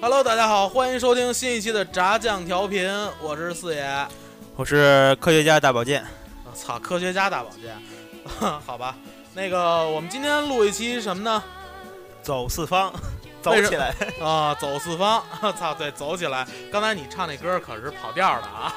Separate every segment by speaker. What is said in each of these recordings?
Speaker 1: Hello，大家好，欢迎收听新一期的炸酱调频，我是四爷。
Speaker 2: 我是科学家大保健，
Speaker 1: 我操，科学家大保健， 好吧。那个，我们今天录一期什么呢？
Speaker 2: 走四 方，走
Speaker 1: 为什
Speaker 2: 起来。
Speaker 1: 啊、走四方。 操，对，走起来。刚才你唱那歌可是跑调的啊。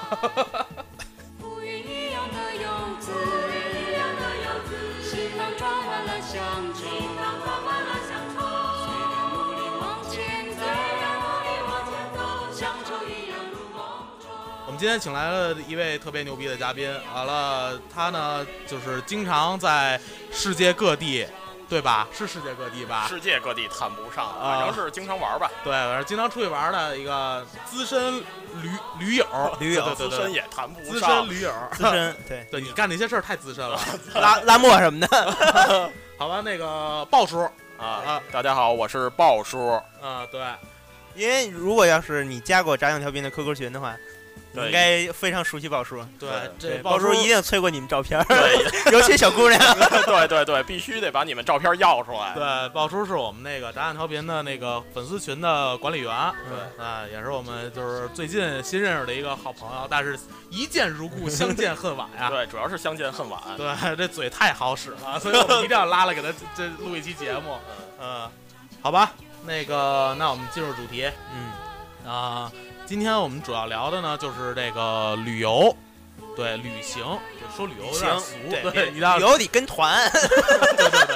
Speaker 3: 不一样的游子，不一样的游子，行囊装满了乡愁，行囊装满了乡愁。虽然努力往前走，虽然努力往前走，乡愁一样如梦中。
Speaker 1: 我们今天请来了一位特别牛逼的嘉宾，完了，他呢就是经常在世界各地，对吧？是世界各地吧？
Speaker 4: 世界各地谈不上，
Speaker 1: 啊
Speaker 4: 反正是经常玩吧。
Speaker 1: 对，反正经常出去玩的一个资深驴驴友，
Speaker 2: 驴友
Speaker 1: 对对
Speaker 4: 资
Speaker 1: 对
Speaker 4: 深
Speaker 1: 对，
Speaker 4: 也谈不
Speaker 1: 资
Speaker 4: 上
Speaker 1: 深，驴友，
Speaker 2: 自 身对
Speaker 1: 对你干那些事儿太资深 了，
Speaker 2: 拉拉磨什么的，
Speaker 1: 好吧？那个鲍叔，啊
Speaker 4: 啊！大家好，我是鲍 叔，
Speaker 1: 啊，对，
Speaker 2: 因为如果要是你加过炸酱调频的 QQ 群的话，你
Speaker 4: 对
Speaker 2: 应该非常熟悉宝叔，
Speaker 1: 对，
Speaker 2: 对
Speaker 1: 这
Speaker 2: 宝
Speaker 1: 叔
Speaker 2: 叔一定催过你们照片儿，
Speaker 4: 对
Speaker 2: 尤其小姑娘。
Speaker 4: 对对对，必须得把你们照片要出来。
Speaker 1: 对，鲍叔是我们那个炸酱调频的那个粉丝群的管理员，对，啊，也是我们就是最近新认识的一个好朋友，但是一见如故，相见恨晚 呀。
Speaker 4: 对，主要是相见恨晚。
Speaker 1: 对，这嘴太好使了，所以我们一定要拉来给他这录一期节目。嗯，好吧，那个，那我们进入主题
Speaker 2: 嗯，
Speaker 1: 啊、今天我们主要聊的呢就是这个旅游，对，旅行，对说旅游有点
Speaker 2: 行
Speaker 1: 俗，，
Speaker 2: 对，
Speaker 1: 你知道
Speaker 2: 旅。游得嗯跟团，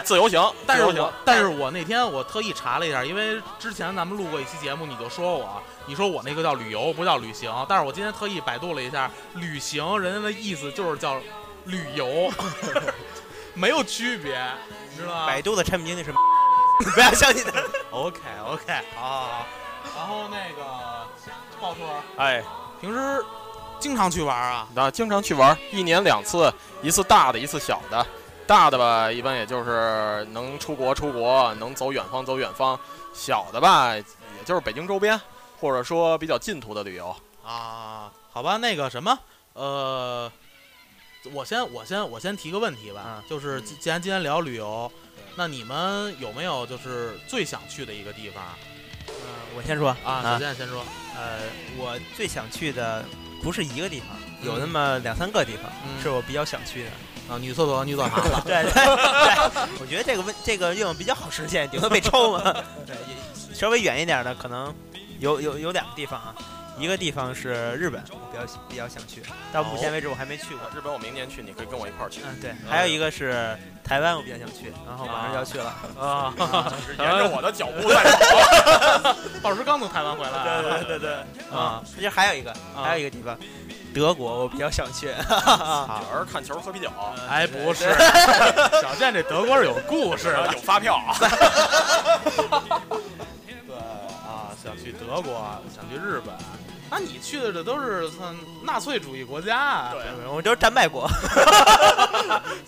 Speaker 4: 自由行，
Speaker 1: 但是
Speaker 4: 自由
Speaker 1: 我
Speaker 4: 行
Speaker 1: 但是我那天我特意查了一下，因为之前咱们录过一期节目，你就说我，你说我那个叫旅游，不叫旅行。但是我今天特意百度了一下，旅行人家的意思就是叫旅 游，没有区别，你知道吗？
Speaker 2: 百度的产品经理是， 你不要相信他。
Speaker 1: OK OK，好好好。然后那个鲍叔，
Speaker 4: 哎，
Speaker 1: 平时经常去玩啊？
Speaker 4: 那经常去玩，一年两次，一次大的，一次小的。大的吧，一般也就是能出国出国，能走远方走远方；小的吧，也就是北京周边，或者说比较近途的旅游。
Speaker 1: 啊，好吧，那个什么，呃，我先我先我先提个问题吧，
Speaker 2: 啊
Speaker 1: 就是既
Speaker 4: 嗯
Speaker 1: 既然今天聊旅游
Speaker 4: 对，
Speaker 1: 那你们有没有就是最想去的一个地方
Speaker 2: 我嗯先说
Speaker 1: 啊？首先先说，
Speaker 2: 呃，我最想去的不是一个地方，有那么两三个地方
Speaker 1: 嗯
Speaker 2: 是我比较想去的。
Speaker 1: 啊，女厕所和女澡堂子
Speaker 2: 对对对， 我觉得这个问这个愿望比较好实现，顶多被抽嘛。对，也稍微远一点的可能有有有两个地方啊，一个地方是日本，我比较比较想去，到目前为止我还没去过。
Speaker 4: 日本我明年去，你可以跟我一 块儿去。
Speaker 2: 嗯，对，还有一个是台湾，我比较想去，然后马上就要去了。
Speaker 1: 啊，
Speaker 4: 就是沿着我的脚步在走。
Speaker 1: 鲍师刚从台湾回来啊，
Speaker 2: 对对
Speaker 1: 啊
Speaker 2: 啊，其实还有一个还有一个地方，德国我比较想去。
Speaker 1: 啊，
Speaker 4: 主要是看球、喝啤酒，
Speaker 1: 哎，不是， 小健这德国是有故事的
Speaker 4: 啊有，发票。
Speaker 1: 对啊，想去德国，想去日本。啊那你去的这都是算纳粹主义国家啊，
Speaker 4: 对
Speaker 2: 我们都是战败国，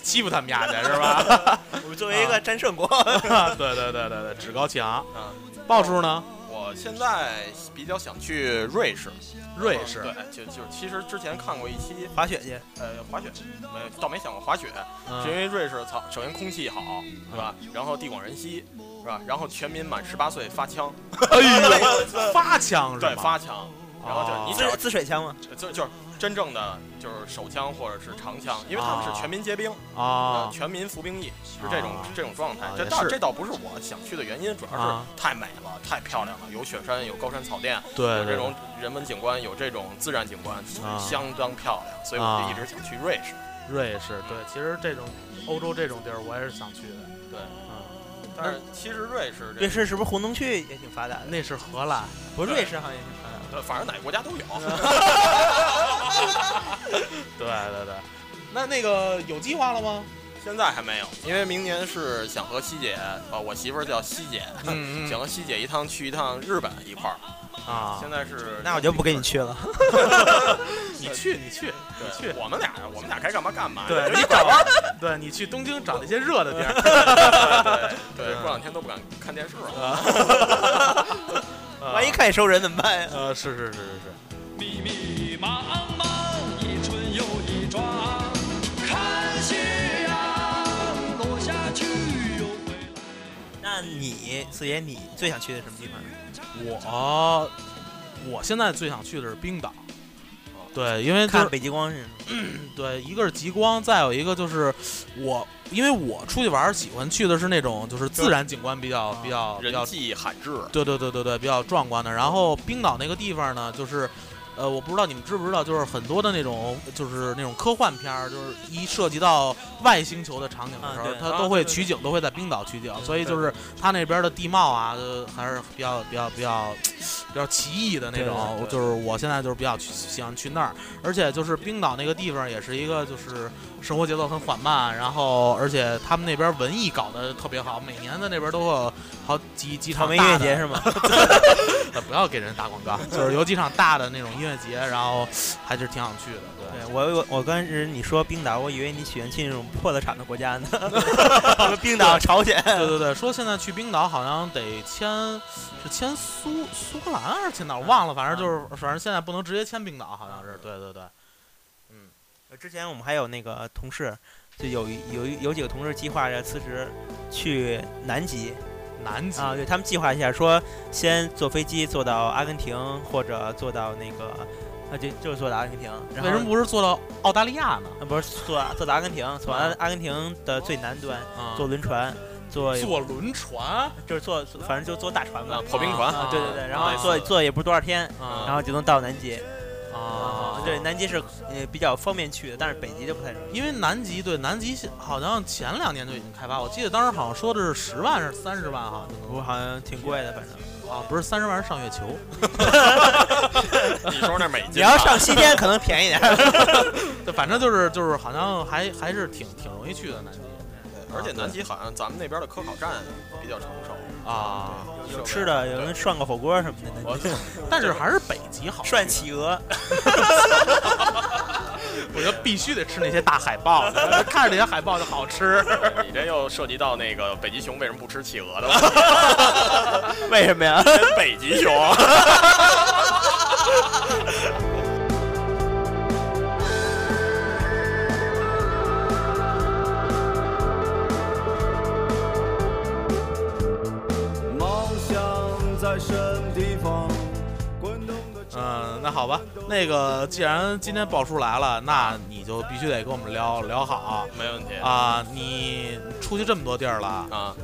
Speaker 1: 欺负他们家去是吧？
Speaker 2: 我们作为一个战胜国，
Speaker 1: 对对对对对，趾高气昂。
Speaker 4: 啊，
Speaker 1: 鲍叔呢？
Speaker 4: 我现在比较想去瑞士。
Speaker 1: 瑞士
Speaker 4: 对，就就其实之前看过一期
Speaker 2: 滑雪去。
Speaker 4: 呃滑雪，没有倒没想过滑雪，是因
Speaker 1: 嗯
Speaker 4: 为瑞士草首先空气好是吧，然后地广人稀是吧，然后全民满十八岁发枪，
Speaker 1: 哎 呦，发枪是
Speaker 4: 对
Speaker 1: 吗？
Speaker 4: 发枪，然后就是你只
Speaker 2: 滋滋水枪吗？
Speaker 4: 要就就是真正的就是手枪或者是长枪，因为他们
Speaker 1: 啊
Speaker 4: 是全民皆兵。
Speaker 1: 啊
Speaker 4: 呃，全民服兵役是这种
Speaker 1: 啊
Speaker 4: 这种状态
Speaker 1: 啊，
Speaker 4: 这
Speaker 1: 也
Speaker 4: 倒
Speaker 1: 是
Speaker 4: 这倒不是我想去的原因，主要是
Speaker 1: 啊
Speaker 4: 太美了，太漂亮了，有雪山，有高山草甸，
Speaker 1: 对
Speaker 4: 有
Speaker 1: 对
Speaker 4: 这种人文景观，有这种自然景观
Speaker 1: 啊，
Speaker 4: 相当漂亮，所以我就一直想去瑞士。
Speaker 1: 瑞士，对，其实这种欧洲这种地儿我也是想去的。
Speaker 4: 对，
Speaker 1: 嗯，
Speaker 4: 但是其实瑞士这
Speaker 2: 瑞士是不是红灯区也挺发达
Speaker 4: 嗯
Speaker 2: 的？
Speaker 1: 那是荷兰，
Speaker 2: 不是
Speaker 4: 对
Speaker 2: 瑞士好像也挺发达的。
Speaker 4: 对，反正哪个国家都 有。
Speaker 1: 对对对。那那个有计划了吗？
Speaker 4: 现在还没有，因为明年是想和西姐，啊，我媳妇儿叫西姐，
Speaker 1: 嗯
Speaker 4: 想和西姐一趟去一趟日本一块儿。
Speaker 1: 啊，
Speaker 4: 现在是
Speaker 2: 那我就不跟你去了。
Speaker 1: 你去你去你
Speaker 4: 对
Speaker 1: 去，
Speaker 4: 我们俩我们俩该干嘛干嘛。
Speaker 1: 对
Speaker 4: 就
Speaker 1: 你
Speaker 4: 一块儿
Speaker 1: 找
Speaker 4: 玩儿，
Speaker 1: 对你去东京找那些热的地儿。
Speaker 4: 嗯对，过两天都不敢看电视了。嗯
Speaker 1: 啊
Speaker 2: 万一看见收人怎么办呀？
Speaker 1: 呃，是是是是是，
Speaker 5: 密密麻麻，一村又一庄，看夕阳落下去又回来。
Speaker 2: 那那你四爷，你最想去的什么地方呢？
Speaker 1: 我我现在最想去的是冰岛，
Speaker 4: 哦
Speaker 1: 对，因为就是
Speaker 2: 看北极光是吗？
Speaker 1: 对，一个是极光，再有一个就是我，因为我出去玩儿喜欢去的是那种就是自然景观比较比较比
Speaker 4: 人
Speaker 1: 较，
Speaker 4: 迹罕至，
Speaker 1: 对对对对对，比较壮观的。然后冰岛那个地方呢，就是。呃，我不知道你们知不知道，就是很多的那种，就是那种科幻片儿，就是一涉及到外星球的场景的时候，
Speaker 2: 啊对
Speaker 1: 它
Speaker 4: 啊
Speaker 1: 都会
Speaker 4: 对对
Speaker 1: 取景，都会在冰岛取景，
Speaker 2: 对
Speaker 1: 所以就是它那边的地貌啊，呃还是比较比较比较比较奇异的那种。
Speaker 4: 对对对
Speaker 1: 就是我现在就是比较去喜欢去那儿，而且就是冰岛那个地方也是一个就是生活节奏很缓慢，然后而且他们那边文艺搞得特别好，每年在那边都会有好几几
Speaker 2: 草
Speaker 1: 场
Speaker 2: 莓
Speaker 1: 大
Speaker 2: 音乐
Speaker 1: 的
Speaker 2: 节是吗？
Speaker 1: 呃不要给人打广告，就是有几场大的那种音乐节，然后还是挺想去的。对，
Speaker 2: 对 我我我刚开始你说冰岛，我以为你喜欢去那种破了产的国家 呢，冰岛、朝鲜。
Speaker 1: 对对对，说现在去冰岛好像得签，是签苏苏格兰还是签哪儿？我忘了，反正就是反正现在不能直接签冰岛，好像是。对对对，
Speaker 2: 之前我们还有那个同事，就有一有一有几个同事计划着辞职去南极
Speaker 1: 南极
Speaker 2: 啊，对他们计划一下，说先坐飞机坐到阿根廷或者坐到那个，啊就就是坐到阿根廷，然后
Speaker 1: 为什么不是做到澳大利亚呢？
Speaker 2: 啊不是坐坐到阿根廷，坐完阿根廷的最南端
Speaker 1: 啊
Speaker 2: 坐轮船，坐
Speaker 1: 嗯坐轮船，
Speaker 2: 就是坐反正就坐大船吧
Speaker 4: 啊，破冰船
Speaker 2: 啊对对对，然
Speaker 1: 啊
Speaker 2: 后坐坐也不是多少天，然
Speaker 1: 啊
Speaker 2: 后就能到南极。
Speaker 1: 啊
Speaker 2: 对，南极是呃比较方便去的，但是北极就不太容易。
Speaker 1: 因为南极对南极现好像前两年就已经开发，我记得当时好像说的是十万是三十万哈，
Speaker 2: 我好像挺贵的，反正。
Speaker 1: 啊不是三十万是上月球，
Speaker 4: 你说 那美
Speaker 2: 你
Speaker 4: 金吧？啊
Speaker 2: 要上西天可能便 宜点儿。
Speaker 1: 对，反正就是就是好像还还是挺挺容易去的南极
Speaker 4: 而且南极好像咱们那边的科考站比较成熟，
Speaker 1: 啊，
Speaker 4: 有
Speaker 2: 吃的有人 涮个火锅什么的，那
Speaker 4: 我
Speaker 2: 就
Speaker 1: 但是还是北极好，
Speaker 2: 涮企鹅。
Speaker 1: 我觉得必须得吃那些大海 豹，看着那些海豹就好吃。
Speaker 4: 你这又涉及到那个北极熊为什么不吃企鹅 的了？
Speaker 2: 为什 么呀？
Speaker 4: 北极 熊。
Speaker 6: 梦想在什么地方？滚动的
Speaker 1: 嗯，那好吧，那个既然今天鲍叔来了，那你就必须得跟我们聊聊好
Speaker 4: 没问题
Speaker 1: 啊！你出去这么多地儿了，
Speaker 4: 啊，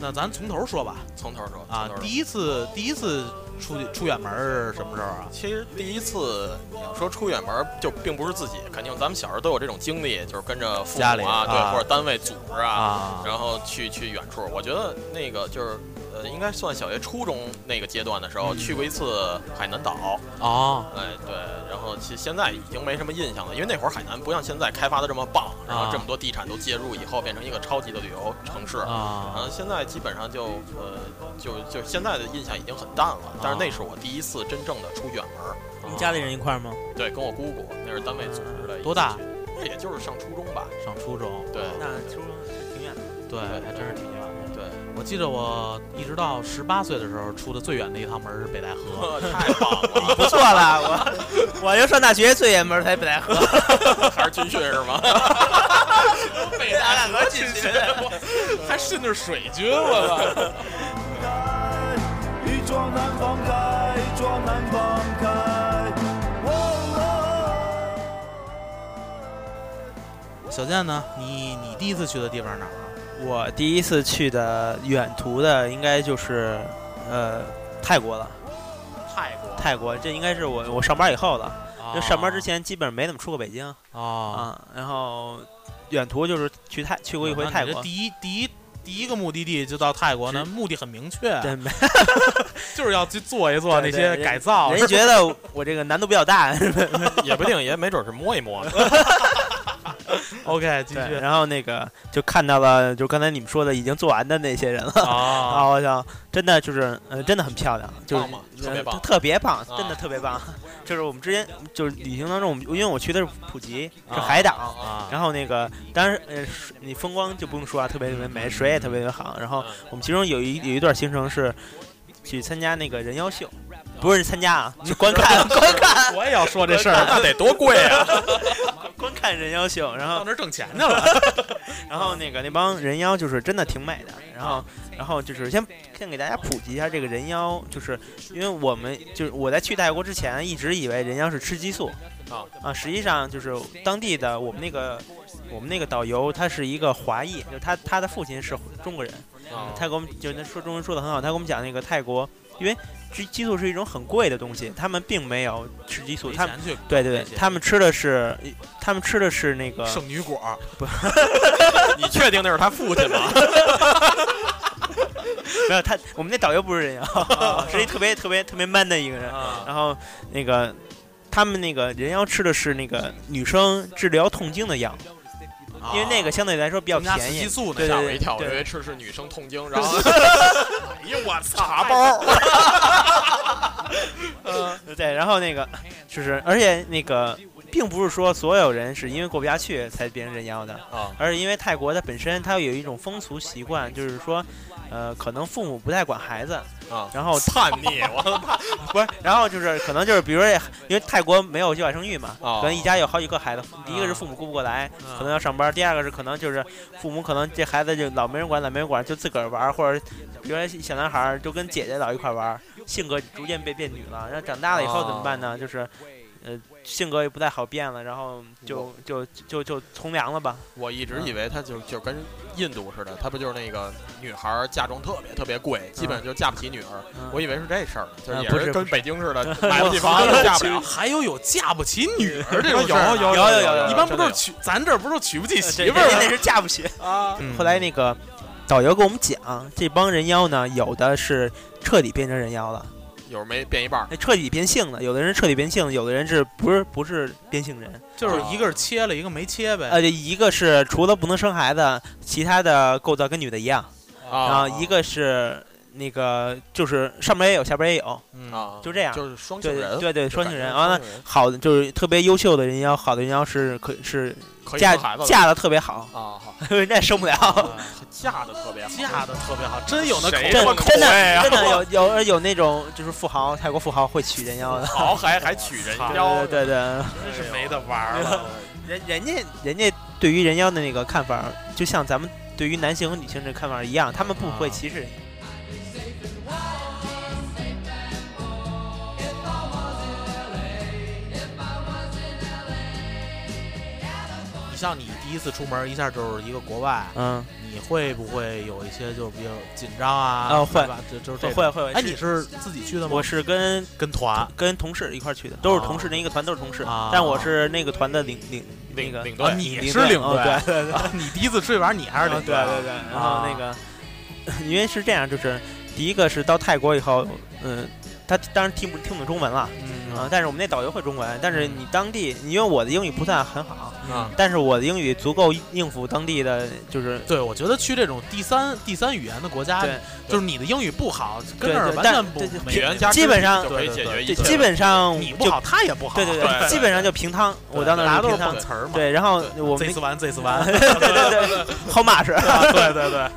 Speaker 1: 那咱从头说吧。
Speaker 4: 从头说
Speaker 1: 啊
Speaker 4: 从头，说
Speaker 1: 第一次第一次出去出远门儿是什么时候啊？
Speaker 4: 其实第一次你要说出远门儿，就并不是自己，肯定咱们小时候都有这种经历，就是跟着父母
Speaker 1: 家里
Speaker 4: 啊，对，
Speaker 1: 啊
Speaker 4: 或者单位组织啊，
Speaker 1: 啊
Speaker 4: 然后去去远处。我觉得那个就是呃，应该算小学初中那个阶段的时
Speaker 1: 嗯
Speaker 4: 候，去过一次海南岛。
Speaker 1: 哦
Speaker 4: 哎，对，然后其实现在已经没什么印象了，因为那会儿海南不像现在开发的这么棒，然
Speaker 1: 啊
Speaker 4: 后这么多地产都介入以后，变成一个超级的旅游城市。然
Speaker 1: 啊
Speaker 4: 后现在基本上就呃，就就现在的印象已经很淡了，
Speaker 1: 啊
Speaker 4: 但是那是我第一次真正的出远门儿。
Speaker 2: 你们家里人一块儿吗？
Speaker 4: 对，跟我姑姑那是单位组织的。
Speaker 1: 多大？
Speaker 4: 那也就是上初中吧。
Speaker 1: 上初中，
Speaker 4: 对
Speaker 2: 那初中挺远的。
Speaker 1: 对，
Speaker 4: 对
Speaker 1: 还真是挺远的。
Speaker 4: 对，
Speaker 1: 我记得我一直到十八岁的时候，出的最远的一趟门儿是北戴河。
Speaker 4: 呃太棒了，
Speaker 2: 不错了，我我就上大学最远门儿才北戴河，
Speaker 4: 还是军训是吗？
Speaker 2: 北戴河进 学。
Speaker 1: 还甚至水军，我操！
Speaker 6: 开，一撞南方开，一撞南方开。
Speaker 1: 小健呢？你你第一次去的地方是哪儿啊？
Speaker 2: 我第一次去的远途的应该就是呃泰国了，
Speaker 1: 泰国
Speaker 2: 泰国这应该是我我上班以后了。就上班之前基本没怎么出过北京
Speaker 1: 啊，
Speaker 2: 啊，然后远途就是去泰去过一回
Speaker 1: 那你
Speaker 2: 泰
Speaker 1: 这
Speaker 2: 国，
Speaker 1: 第一第一第一个目的地就到泰国，那目的很明确，
Speaker 2: 对，没
Speaker 1: 就是要去做一做那
Speaker 2: 对对
Speaker 1: 些
Speaker 2: 人
Speaker 1: 改造。
Speaker 2: 人家觉得我这个难度比较大，是吧
Speaker 4: 也不定，也没准是摸一摸。
Speaker 1: OK，继
Speaker 2: 对，
Speaker 1: 续
Speaker 2: 然后那个就看到了，就刚才你们说的已经做完的那些人了。然
Speaker 1: 啊
Speaker 2: 后我想，真的就是，呃，真的很漂亮，就是
Speaker 4: 棒吗特别棒
Speaker 2: 呃特别
Speaker 1: 啊
Speaker 2: 棒，真的特别 棒。就是我们之间，就是旅行当中，我们因为我去的是普吉，是海岛，
Speaker 1: 啊
Speaker 2: 然后那个，当然，呃，水你风光就不用说啊，特别特别美，水也特别特别好。然
Speaker 4: 嗯
Speaker 2: 后我们其中有一有一段行程是去参加那个人妖秀，哦 不是参加啊，去观看观看
Speaker 1: 我也要说这事儿，
Speaker 4: 那得多贵啊！
Speaker 2: 看人妖秀，然
Speaker 1: 到
Speaker 2: 后
Speaker 1: 那儿挣钱去了。
Speaker 2: 然后那个那帮人妖就是真的挺美的，然后然后就是先先给大家普及一下这个人妖，就是因为我们就是我在去泰国之前一直以为人妖是吃激素
Speaker 1: 啊
Speaker 2: 啊，实际上就是当地的我们那个我们那个导游他是一个华裔，就他他的父亲是中国人，
Speaker 4: 嗯
Speaker 1: 啊
Speaker 2: 他给我们就他说中文说的很好，他给我们讲那个泰国，因为激激素是一种很贵的东西，他们并没有吃激素，
Speaker 1: 没
Speaker 2: 他们
Speaker 1: 钱去
Speaker 2: 对对
Speaker 1: 那些
Speaker 2: 对，他们吃的是他们吃的是那个
Speaker 1: 圣女果儿，
Speaker 4: 嗯你确定那是他父亲吗？
Speaker 2: 没有他，我们那导游不是人妖， 是一特别特别特别 man 的一个 人。
Speaker 4: 嗯
Speaker 1: 啊
Speaker 2: 然后那个他们那个人妖吃的是那个女生治疗痛经的药， 因为那个相对来说
Speaker 4: 啊
Speaker 2: 比较
Speaker 1: 他们家雌
Speaker 2: 便
Speaker 1: 激
Speaker 2: 宜。
Speaker 1: 素呢
Speaker 2: 对
Speaker 4: 吓
Speaker 1: 上
Speaker 4: 我
Speaker 1: 面
Speaker 4: 一跳，我以
Speaker 2: 对
Speaker 4: 为吃是女生痛经， 然后哎呦我操，
Speaker 2: 茶包。 对，然后那个就是，而且那个并不是说所有人是因为过不下去才变成人妖的，
Speaker 1: 啊
Speaker 2: 而是因为泰国它本身它有一种风俗习惯，就是说，呃，可能父母不太管孩子，
Speaker 1: 啊
Speaker 2: 然后
Speaker 4: 叛逆，我
Speaker 2: 不是，然后就是可能就是比如说，因为泰国没有计划生育嘛，
Speaker 4: 哦
Speaker 2: 可能一家有好几个孩子，第一个是父母顾不过来，
Speaker 1: 嗯
Speaker 2: 可能要上班；第二个是可能就是父母可能这孩子就老没人管，老没人管，就自个儿玩儿，或者比如说小男孩儿就跟姐姐老一块儿玩儿，性格逐渐被变女了。然后长大了以后
Speaker 1: 哦
Speaker 2: 怎么办呢？就是。呃，性格也不太好变了，然后就就就就从良了吧？
Speaker 4: 我一直以为他就就跟印度似的，他不就是那个女孩儿嫁妆特别特别贵，基本上就嫁不起女儿。
Speaker 2: 嗯
Speaker 4: 我以为是这事儿呢，就是
Speaker 2: 嗯
Speaker 4: 也
Speaker 2: 不是
Speaker 4: 跟
Speaker 2: 不
Speaker 4: 北京 似的，买不起房子嫁不了。
Speaker 1: 还有有嫁不起女 儿这种事
Speaker 4: 有啊
Speaker 1: 儿呢
Speaker 4: 有
Speaker 2: 啊有有有
Speaker 1: 一般不
Speaker 4: 真
Speaker 1: 都
Speaker 4: 的
Speaker 1: 是娶，咱这儿不都是娶不起媳妇
Speaker 2: 呃这
Speaker 1: 儿
Speaker 2: 这那是嫁不娶。
Speaker 1: 啊？
Speaker 4: 有
Speaker 2: 后来那个导游跟我们讲，这帮人妖呢，有的是彻底变成人妖了，
Speaker 4: 有时没变一半儿，
Speaker 2: 那彻底变性了，有的人彻底变性，有的人是不是不是变性人？
Speaker 1: 就是一个是切了，一个没切呗。
Speaker 2: 嗯呃，一个是除了不能生孩子，其他的构造跟女的一样，然
Speaker 4: 啊
Speaker 2: 后一个是那个就是上边也有，下边也有，
Speaker 1: 嗯
Speaker 4: 啊，
Speaker 2: 就这样
Speaker 4: 就是双性
Speaker 2: 对
Speaker 4: 人，
Speaker 2: 对对，
Speaker 4: 就
Speaker 2: 双
Speaker 4: 感
Speaker 2: 性
Speaker 4: 觉
Speaker 2: 人。
Speaker 4: 是
Speaker 2: 完了
Speaker 4: 双，性人
Speaker 2: 好的就是特别优秀的人妖，好的人妖是可是
Speaker 4: 可以
Speaker 2: 嫁
Speaker 4: 生孩子了
Speaker 2: 嫁的特别好，
Speaker 4: 啊，好，
Speaker 2: 那生 不了。
Speaker 1: 啊
Speaker 4: 嫁的特别好，
Speaker 1: 嫁的特别好，真有那哎口
Speaker 4: 谁
Speaker 1: 味
Speaker 4: 这
Speaker 2: 真
Speaker 4: 么
Speaker 1: 儿。
Speaker 4: 口
Speaker 2: 真
Speaker 4: 味
Speaker 2: 的
Speaker 4: 啊
Speaker 2: 真的 有有有那种就是富豪，泰国富豪会娶人妖的，
Speaker 4: 好还还娶人哎妖
Speaker 2: 对，对对，
Speaker 1: 真是没得玩儿了。
Speaker 2: 人人家人家对于人妖的那个看法，就像咱们对于男性和女性的看法一样，他们不
Speaker 1: 啊
Speaker 2: 会歧视人。
Speaker 1: 你像你第一次出门，一下就是一个国外，
Speaker 2: 嗯，
Speaker 1: 你会不会有一些就比较紧张啊？
Speaker 2: 啊会
Speaker 1: 对吧，就就是这种。
Speaker 2: 会会会。
Speaker 1: 哎，你是自己去的吗？
Speaker 2: 我是啊跟
Speaker 1: 跟团
Speaker 2: 跟同事一块儿去的，都是同事，那一个团都是同事
Speaker 1: 哦啊，
Speaker 2: 但我是那个团的领领那
Speaker 4: 领
Speaker 2: 个
Speaker 4: 领
Speaker 1: 啊
Speaker 4: 队，
Speaker 1: 你是领
Speaker 2: 哦
Speaker 1: 队，
Speaker 2: 对对对。
Speaker 1: 啊 你第一次出去玩，你还是
Speaker 2: 对
Speaker 1: 领队
Speaker 2: 对
Speaker 1: 啊。
Speaker 2: 对对，然后那个，因为是这样，就是第一个是到泰国以后，嗯，他当然听不听不懂中文了，
Speaker 1: 嗯
Speaker 2: 啊，但是我们那导游会中文，但是你当地，因为我的英语不算很好，
Speaker 1: 啊
Speaker 2: 但是我的英语足够应付当地的，就是
Speaker 1: 对，我觉得去这种第三第三语言的国家
Speaker 2: 对，
Speaker 1: 就是你的英语不好，跟
Speaker 2: 对
Speaker 1: 那儿
Speaker 2: 对
Speaker 1: 完
Speaker 2: 但
Speaker 1: 全不
Speaker 2: 对对
Speaker 1: 没
Speaker 4: 美元加
Speaker 2: 基本上
Speaker 4: 就可以解决
Speaker 2: 对
Speaker 4: 一切。
Speaker 2: 基本上
Speaker 1: 你不
Speaker 2: 就
Speaker 1: 好，他也不好。
Speaker 2: 对对
Speaker 4: 对
Speaker 2: 基本上就平汤，我到那
Speaker 1: 大家
Speaker 2: 儿就
Speaker 1: 都是
Speaker 2: 平
Speaker 1: 碰
Speaker 2: 汤，
Speaker 1: 瓷儿嘛。
Speaker 2: 对，然后
Speaker 1: 对
Speaker 2: 我们
Speaker 1: 这次完，这次 完。
Speaker 2: 那对 对对，好马是，
Speaker 1: 对对对，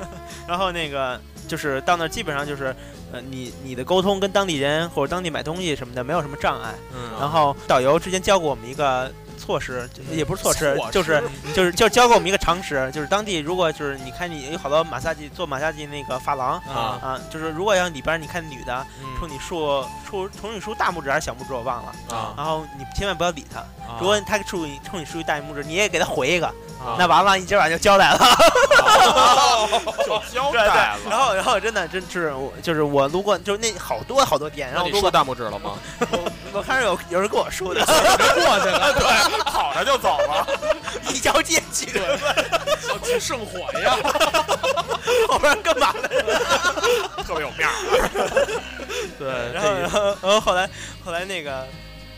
Speaker 2: 然后那个就是到那儿基本上就是，呃，你你的沟通跟当地人或者当地买东西什么的没有什么障碍，
Speaker 1: 嗯
Speaker 2: 然后导游之前教过我们一个措施，就也不是措施，就是就是就是教给我们一个常识，就是当地如果就是你看你有好多马萨吉做马萨吉那个发廊
Speaker 1: 啊，
Speaker 2: 啊，就是如果要里边你看女的
Speaker 1: 嗯
Speaker 2: 冲你竖冲冲你竖大拇指还是小拇指我忘了，
Speaker 4: 嗯
Speaker 1: 啊，
Speaker 2: 然后你千万不要理她，
Speaker 1: 啊
Speaker 2: 如果她冲你冲你竖一大拇指，你也给她回一个，
Speaker 1: 啊
Speaker 2: 那完了，一今晚就交代了。
Speaker 4: 啊就交
Speaker 2: 对
Speaker 4: 代
Speaker 2: 对，
Speaker 4: 了。
Speaker 2: 然后然后真的真是我就是我路过就是那好多好多店，然
Speaker 4: 那
Speaker 2: 后
Speaker 4: 你
Speaker 2: 路
Speaker 4: 说
Speaker 2: 过
Speaker 4: 大拇指了吗？
Speaker 2: 我看着有有人跟我说的，
Speaker 1: 过去了，
Speaker 4: 对，跑着就走 了。
Speaker 2: 一条街去的。
Speaker 1: 小区圣火一 样。
Speaker 2: 我不知道干嘛的。
Speaker 4: 特别有面儿。
Speaker 1: 对，
Speaker 2: 然后，然
Speaker 1: 这
Speaker 2: 后，然后后来，后来那个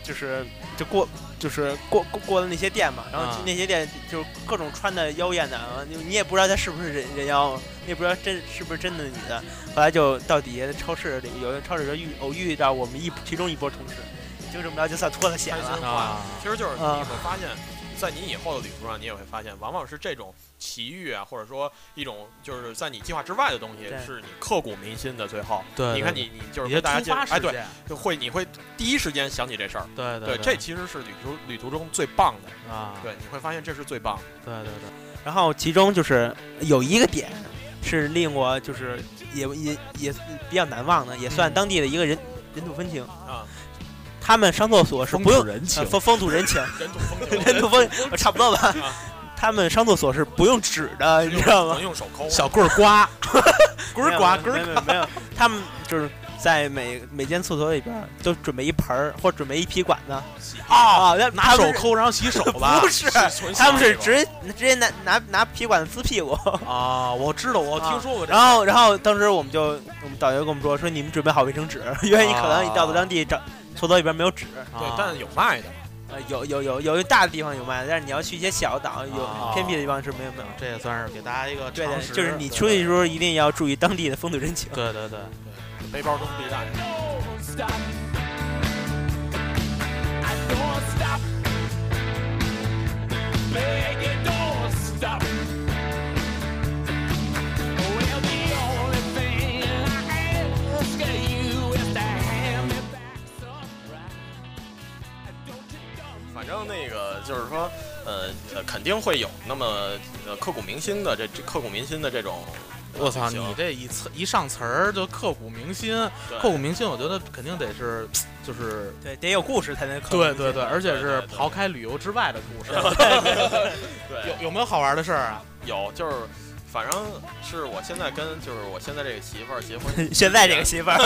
Speaker 2: 就是就过就是过过过了那些店嘛，然
Speaker 1: 啊
Speaker 2: 后那些店就是各种穿的妖艳的，啊，你你也不知道他是不是人人妖，啊你也不知道真是不是真的女的。后来就到底下的超市里，有的超市就遇偶遇到我们一其中一波同事，就这么着就算脱了险了。
Speaker 1: 啊，
Speaker 4: 其实就是你
Speaker 2: 啊
Speaker 4: 会发现，在你以后的旅途上，你也会发现，往往是这种奇遇啊，或者说一种就是在你计划之外的东西
Speaker 2: 对，
Speaker 4: 是你刻骨铭心的。最后，
Speaker 1: 对
Speaker 4: 你看
Speaker 1: 对
Speaker 4: 你你就是
Speaker 1: 你的
Speaker 4: 跟大家
Speaker 1: 突
Speaker 4: 介
Speaker 1: 发事
Speaker 4: 哎，
Speaker 1: 件，
Speaker 4: 对，就会你会第一时间想起这事儿。
Speaker 1: 对
Speaker 4: 对，
Speaker 1: 对
Speaker 4: 这其实是旅途旅途中最棒的。
Speaker 1: 啊，
Speaker 4: 对，你会发现这是最棒的。
Speaker 1: 对对对，
Speaker 2: 然后其中就是有一个点是令我就是也也也比较难忘的，也算当地的一个人人土风情
Speaker 4: 啊。
Speaker 2: 他们上厕所是不用
Speaker 1: 人
Speaker 2: 呃风风土人情，
Speaker 4: 人土 风
Speaker 2: 人土风差不多吧
Speaker 4: 啊。
Speaker 2: 他们上厕所是不用纸的，你知道吗
Speaker 4: 能？用手抠。
Speaker 1: 呃小棍儿 刮，棍
Speaker 2: 没
Speaker 1: 儿
Speaker 2: 有
Speaker 1: 刮，
Speaker 2: 没
Speaker 1: 棍
Speaker 2: 有
Speaker 1: 儿
Speaker 2: 没有没有，他们就是在每每间厕所里边儿都准备一盆儿或准备一皮管子啊，那
Speaker 1: 拿
Speaker 2: 拿
Speaker 1: 手抠，然后洗 手吧
Speaker 2: 不。是，
Speaker 4: 纯
Speaker 2: 他们
Speaker 4: 洗
Speaker 2: 是
Speaker 4: 手
Speaker 2: 直接直接拿拿拿皮管子滋屁股，
Speaker 1: 啊，我知道，我
Speaker 2: 啊
Speaker 1: 听说过这
Speaker 2: 然后然后当时我们就我们导游跟我们说说你们准备好卫生纸， 因为你可能你
Speaker 1: 啊
Speaker 2: 到了当地找厕所里边没有纸，
Speaker 1: 个。
Speaker 4: 对
Speaker 1: 啊，
Speaker 4: 但有卖的。
Speaker 2: 呃有有有有大的地方有卖，但是你要去一些小岛
Speaker 1: 啊
Speaker 2: 有偏僻的地方是没有没有。
Speaker 1: 这也算是给大家一个
Speaker 2: 对
Speaker 1: 常
Speaker 2: 的，
Speaker 1: 识，
Speaker 2: 就是你出去的时候一定要注意当地的风土人情。
Speaker 1: 对对对，
Speaker 4: 背包中必带。反正那个就是说，呃，呃肯定会有那么呃刻骨铭心的这这刻骨铭心的这种。呃
Speaker 1: 我操，
Speaker 4: 旅
Speaker 1: 你
Speaker 4: 行
Speaker 1: 这一词一上词儿就刻骨铭心，
Speaker 4: 对
Speaker 1: 刻骨铭心，我觉得肯定得是就是。
Speaker 2: 对，得有故事才能。，
Speaker 1: 对对对，而且是
Speaker 4: 对对对
Speaker 1: 刨开旅游之外的故事。
Speaker 4: 对
Speaker 1: 有有没有好玩的事儿啊？
Speaker 4: 有就是，反正是我现在跟就是我现在这个媳妇儿结 婚
Speaker 2: 现在这个媳 妇儿，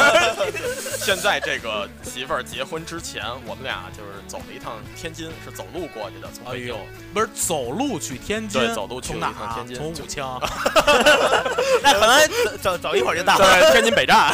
Speaker 4: 现在这个媳妇儿结婚之前，我们俩就是走了一趟天津，是走路过去的，从
Speaker 1: 哎
Speaker 4: 北京
Speaker 1: 呦。，不是走路去天津，
Speaker 4: 对走路去
Speaker 1: 从哪
Speaker 4: 一趟
Speaker 1: 儿？
Speaker 4: 天津
Speaker 1: 从
Speaker 4: 就
Speaker 1: 武 昌。
Speaker 2: 那可能走走走一会儿就到了。
Speaker 4: 在天津北 站，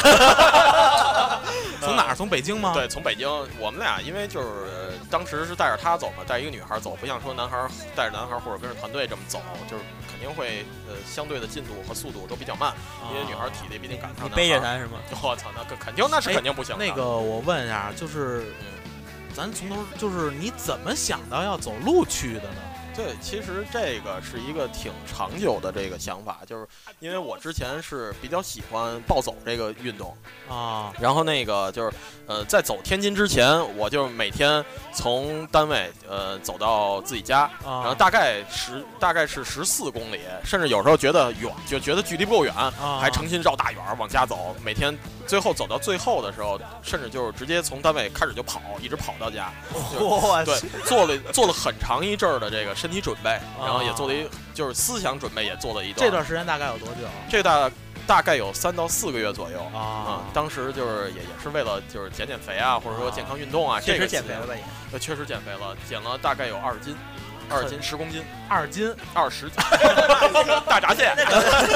Speaker 1: 从哪儿？从北京
Speaker 2: 啊
Speaker 1: 吗？
Speaker 4: 对，从北京，我们俩因为就是呃当时是带着她走嘛，带一个女孩走，不像说男孩儿带着男孩儿或者跟着团队这么走，就是肯定会呃相对的进度和速度都比较慢，因为女孩儿体力毕竟赶不上。
Speaker 2: 啊你背着，她是吗？
Speaker 4: 我操，那可肯定那是
Speaker 1: 哎
Speaker 4: 肯定不行的。
Speaker 1: 那个我问一下，就是咱从头，就是你怎么想到要走路去的呢？
Speaker 4: 对，其实这个是一个挺长久的这个想法，就是因为我之前是比较喜欢暴走这个运动，
Speaker 1: 啊
Speaker 4: 然后那个就是呃，在走天津之前，我就每天从单位呃走到自己家，
Speaker 1: 啊，
Speaker 4: 然后大概十大概是十四公里，甚至有时候觉得远，就觉得距离不够远，
Speaker 1: 啊
Speaker 4: 还诚心绕大远儿往家走，每天最后走到最后的时候，甚至就是直接从单位开始就跑，一直跑到家。
Speaker 2: 我
Speaker 4: 对，做了做了很长一阵儿的这个身体准备，然后也做了一就是思想准备也做了一段。
Speaker 1: 啊这段时间大概有多久
Speaker 4: 这大大概有三到四个月左右
Speaker 1: 啊
Speaker 4: 啊。当时就是也也是为了就是减减肥啊，或者说健康运动啊，
Speaker 2: 确
Speaker 4: 这
Speaker 2: 实
Speaker 4: 个
Speaker 2: 减肥了吧也。
Speaker 4: 呃，确实减肥了，减了大概有二十斤，二 十斤十公斤，
Speaker 1: 二 斤
Speaker 4: 二十斤大闸蟹。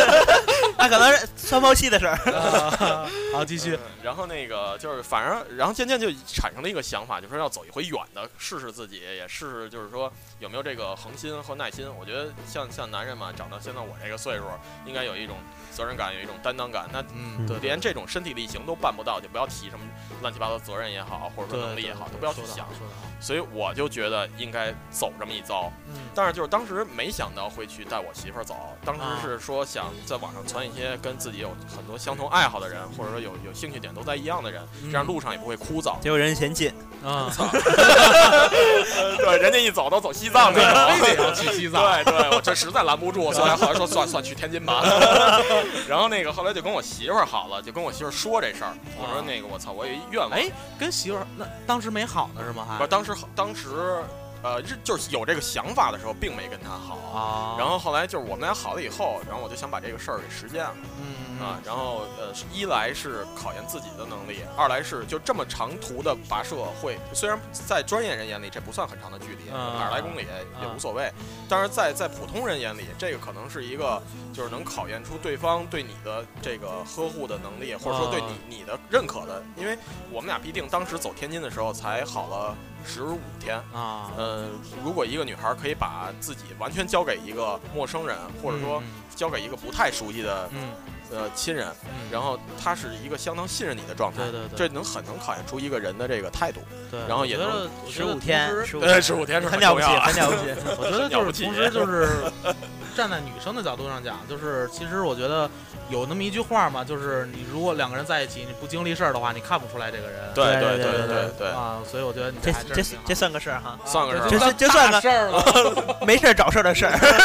Speaker 2: 那可能是酸抛弃的事儿。
Speaker 1: 啊，好，继续。
Speaker 4: 然后那个就是，反正然后渐渐就产生了一个想法，就说要走一回远的，试试自己，也试试就是说有没有这个恒心和耐心。我觉得像像男人嘛，长到现在我这个岁数，应该有一种责任感，有一种担当感。那
Speaker 1: 嗯，对，
Speaker 4: 连这种身体力行都办不到，就不要提什么乱七八糟责任也好，或者
Speaker 1: 对
Speaker 4: 说能力也好，都不要去想。
Speaker 1: 说得好
Speaker 4: 所以我就觉得应该走这么一遭。
Speaker 1: 嗯
Speaker 4: 但是就是当时没想到会去带我媳妇儿走，当时
Speaker 1: 啊
Speaker 4: 是说想在网上传一些跟自己有很多相同爱好的人，或者说有有兴趣点都在一样的人，
Speaker 1: 嗯
Speaker 4: 这样路上也不会 枯燥。
Speaker 2: 结果人嫌近，
Speaker 1: 啊，
Speaker 4: 对，人家一走都走西藏去了，
Speaker 1: 非得要去西藏
Speaker 4: 对对，我这实在拦不住，所以后来说算算 去 天津吧。然后那个后来就跟我媳妇儿好了，就跟我媳妇儿说这事儿，我说那个我操，我有一愿望。
Speaker 1: 啊哎，跟媳妇儿那当时没好呢是吗？
Speaker 4: 我
Speaker 1: 还
Speaker 4: 当时当时呃日就是有这个想法的时候，并没跟她好。
Speaker 1: 啊，
Speaker 4: 然后后来就是我们俩好了以后，然后我就想把这个事儿给实践了。
Speaker 1: 嗯
Speaker 4: 啊，，然后呃，是一来是考验自己的能力，二来是就这么长途的跋涉会，虽然在专业人眼里这不算很长的距离，
Speaker 1: 嗯
Speaker 4: 二十来公里也无所谓，但是在在普通人眼里，这个可能是一个就是能考验出对方对你的这个呵护的能力，或者说对
Speaker 1: 啊
Speaker 4: 你你的认可的，因为我们俩毕竟当时走天津的时候才好了十五天，
Speaker 1: 啊，
Speaker 4: 呃，如果一个女孩可以把自己完全交给一个陌生人，或者说
Speaker 1: 嗯
Speaker 4: 交给一个不太熟悉的
Speaker 1: 嗯
Speaker 4: 呃亲人，
Speaker 1: 嗯
Speaker 4: 然后他是一个相当信任你的状态，
Speaker 1: 对对对啊
Speaker 4: 这能很能考验出一个人的这个态度。
Speaker 1: 对，
Speaker 4: 然后也
Speaker 1: 我觉得
Speaker 2: 十五天，
Speaker 1: 我
Speaker 2: 十五
Speaker 4: 呃，
Speaker 2: 天，
Speaker 4: 十五天是
Speaker 2: 很了不起，
Speaker 4: 重要啊
Speaker 2: 很了 不起。
Speaker 1: 觉得就
Speaker 4: 了不
Speaker 1: 是
Speaker 4: 起
Speaker 1: 同时 就是站在女生的角度上讲，就是其实我觉得有那么一句话嘛，就是你如果两个人在一起，你不经历事儿的话，你看不出来这个人。
Speaker 4: 对
Speaker 2: 对
Speaker 4: 对
Speaker 2: 对对
Speaker 4: 对对，
Speaker 1: 啊，所以我觉得你
Speaker 2: 这
Speaker 1: 还真
Speaker 2: 这
Speaker 1: 是挺好啊
Speaker 2: 这算个事儿哈，
Speaker 4: 算个事儿
Speaker 2: 这
Speaker 4: 吧。
Speaker 2: 是这算个
Speaker 1: 大事儿了
Speaker 2: 没事儿找事儿的 事儿。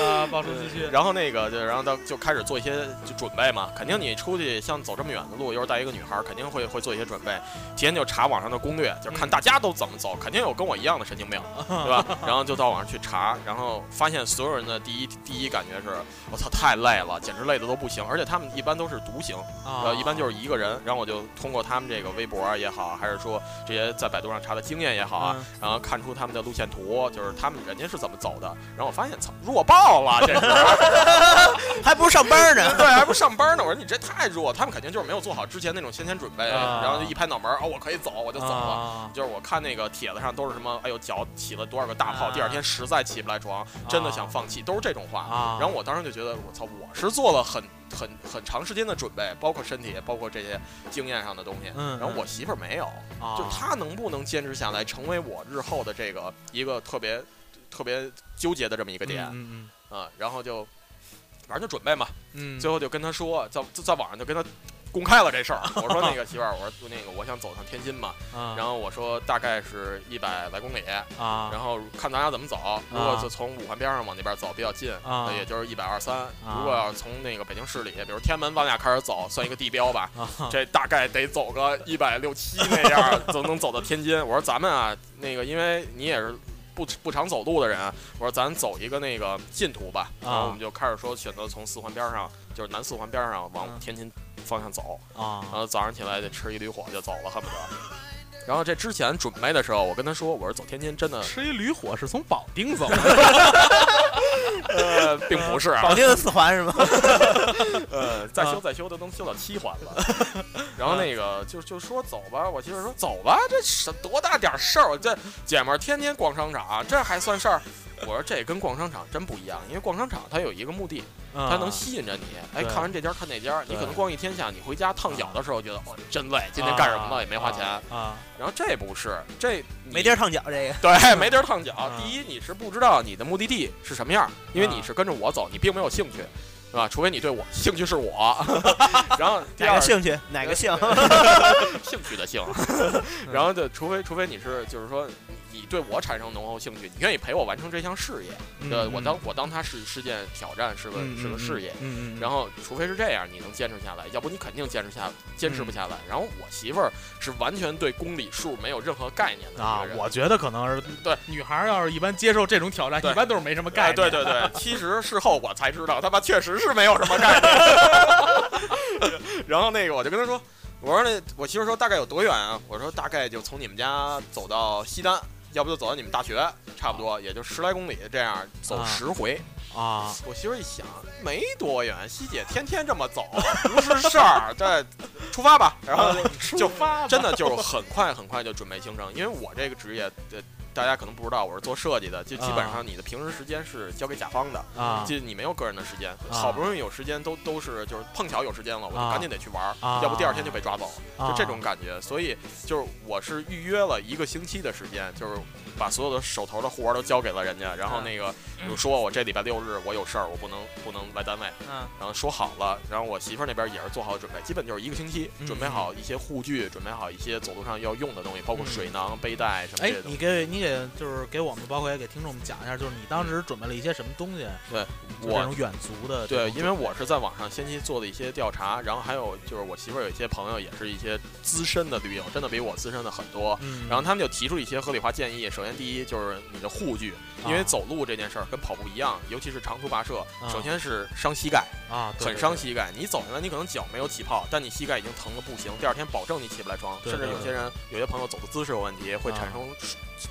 Speaker 1: 啊，爆出继续。
Speaker 4: 然后那个就然后到就开始做一些就准备嘛，肯定你出去像走这么远的路，又是带一个女孩儿，肯定会会做一些准备，提前就查网上的攻略，就看大家都怎么走，肯定有跟我一样的神经病，对吧？然后就到网上去查，然后发现所有人的第一第一感觉是，我操，太累了，简直累的都不行，而且他们一般都是独行，
Speaker 1: 啊
Speaker 4: 呃，一般就是一个人，然后我就通过他们这个微博啊也好，还是说这些在百度上查的经验也好啊，然后看出他们的路线图，就是他们人家是怎么走的，然后我发现操弱爆了，这是
Speaker 2: 还不如上班呢。
Speaker 4: 对，还不上班呢。我说你这太弱，他们肯定就是没有做好之前那种先前准备，
Speaker 1: 啊
Speaker 4: 然后就一拍脑门儿，哦，我可以走，我就走了。
Speaker 1: 啊
Speaker 4: 就是我看那个帖子上都是什么，哎呦脚起了多少个大泡，
Speaker 1: 啊
Speaker 4: 第二天实在起不来床，真的想放弃，都是这种话。
Speaker 1: 啊
Speaker 4: 然后我当时就觉得，我操，我是做了很很很长时间的准备，包括身体，包括这些经验上的东西。
Speaker 1: 嗯嗯
Speaker 4: 然后我媳妇儿没有，
Speaker 1: 啊
Speaker 4: 就她能不能坚持下来，成为我日后的这个一个特别特别纠结的这么一个点啊、
Speaker 1: 嗯
Speaker 4: 然后就反正就准备嘛，
Speaker 1: 嗯，
Speaker 4: 最后就跟他说，在在在网上就跟他公开了这事 儿。我说那个媳妇儿，我说那个我想走上天津嘛，
Speaker 1: 然
Speaker 4: 然后我说大概是一百来公里，
Speaker 1: 啊，
Speaker 4: 然后看咱俩怎么走。如果是从五环边上往那边走比较近，
Speaker 1: 啊
Speaker 4: 那也就是一百二三。如果要是从那个北京市里，比如天安门往下开始走，算一个地标吧，
Speaker 1: 啊
Speaker 4: 这大概得走个一百六七那样，就能走到天津。我说咱们啊，那个因为你也是不不常走路的人，啊我说咱走一个那个近途吧。然后我们就开始说选择从四环边上，就是南四环边上往
Speaker 1: 嗯
Speaker 4: 天津方向走。
Speaker 1: 啊
Speaker 4: 然后早上起来得吃一驴火就走了，恨不得。然后这之前准备的时候，我跟他说，我说走天津真的，
Speaker 1: 吃一驴火是从保定走的，
Speaker 4: 呃，并不是啊，
Speaker 2: 保定的四环是吗？
Speaker 4: 呃，再
Speaker 1: 啊
Speaker 4: 修再修都能修到七环了。 然后那个就就说走吧，我媳妇说走吧，这是多大点事儿？我这姐们儿天天逛商场，啊这还算事儿？我说这跟逛商场真不一样，因为逛商场它有一个目的，它
Speaker 1: 他
Speaker 4: 能吸引着你。哎，
Speaker 1: 啊对
Speaker 4: 看完这家看那家，你
Speaker 1: 对
Speaker 4: 可能逛一天下，你回家烫脚的时候觉得哦真累，今天干什么了也没花钱。
Speaker 1: 啊
Speaker 4: 然后这不是这你
Speaker 2: 没地儿烫脚，这个
Speaker 4: 对，没地儿烫脚。
Speaker 1: 啊
Speaker 4: 第一，你是不知道你的目的地是什么样，因为你是跟着我走，你并没有兴趣，是吧？除非你对我兴趣是我。然后第
Speaker 2: 哪
Speaker 4: 二
Speaker 2: 个，兴趣哪个兴？
Speaker 4: 兴趣的兴。然后就除非除非你是就是说你对我产生浓厚兴趣，你愿意陪我完成这项事业，对我当我当它是是件挑战，是个是个事业。，
Speaker 1: 嗯嗯嗯，
Speaker 4: 然后，除非是这样，你能坚持下来，要不你肯定坚持下坚持不下来。然后我媳妇儿是完全对公里数没有任何概念的
Speaker 1: 啊
Speaker 4: 一个人，
Speaker 1: 我觉得可能是
Speaker 4: 对
Speaker 1: 女孩儿要是一般接受这种挑战，
Speaker 4: 对啊
Speaker 1: 一般都是没什么概念。
Speaker 4: 哎对对 对，其实事后我才知道，他妈确实是没有什么概念。 然后那个我就跟他说，我说那我媳妇说大概有多远啊？我说大概就从你们家走到西单，要不就走到你们大学，差不多也就十来公里这样走
Speaker 1: 啊
Speaker 4: 十回。
Speaker 1: 啊，
Speaker 4: 我媳妇一想，没多远，西姐天天这么走，不是事 儿。这出发吧，然
Speaker 1: 啊
Speaker 4: 后就就真的就是很快很快就准备行程，因为我这个职业，呃，大家可能不知道，我是做设计的，就基本上你的平时时间是交给甲方的，
Speaker 1: 啊
Speaker 4: 就你没有个人的时间，好不容易有时间都都是就是碰巧有时间了，我就
Speaker 1: 啊
Speaker 4: 赶紧得去玩儿，
Speaker 1: 啊
Speaker 4: 要不第二天就被抓走，
Speaker 1: 啊
Speaker 4: 就这种感觉。所以就是我是预约了一个星期的时间，就是把所有的手头的活儿都交给了人家，然
Speaker 1: 嗯
Speaker 4: 后那个有说我这礼拜六日我有事儿，我不能不能来单位，
Speaker 2: 嗯
Speaker 4: 然后说好了，然后我媳妇儿那边也是做好准备，基本就是一个星期
Speaker 1: 嗯嗯
Speaker 4: 准备好一些护具，准备好一些走路上要用的东西，包括水囊、背带什么这
Speaker 1: 哎
Speaker 4: 些，东
Speaker 1: 你
Speaker 4: 西。
Speaker 1: 给你给就是给我们，包括也给听众们讲一下，就是你当时准备了一些什么东西？
Speaker 4: 对
Speaker 1: 就这
Speaker 4: 我
Speaker 1: 种远足的这
Speaker 4: 对，
Speaker 1: 种准备，
Speaker 4: 因为我是在网上先期做的一些调查，然后还有就是我媳妇儿有一些朋友也是一些资深的驴友，真的比我资深的很多。
Speaker 1: 嗯，
Speaker 4: 然后他们就提出一些合理化建议。首先，第一就是你的护具，因为
Speaker 1: 啊
Speaker 4: 走路这件事儿跟跑步一样，尤其是长途跋涉，
Speaker 1: 啊
Speaker 4: 首先是伤膝盖，
Speaker 1: 啊，对
Speaker 4: 很伤。膝盖。你走下来，你可能脚没有起泡，但你膝盖已经疼得不行，第二天保证你起不来床。
Speaker 1: 对
Speaker 4: 甚至
Speaker 1: 对
Speaker 4: 有些人，有些朋友走的姿势有问题，会
Speaker 1: 啊
Speaker 4: 产生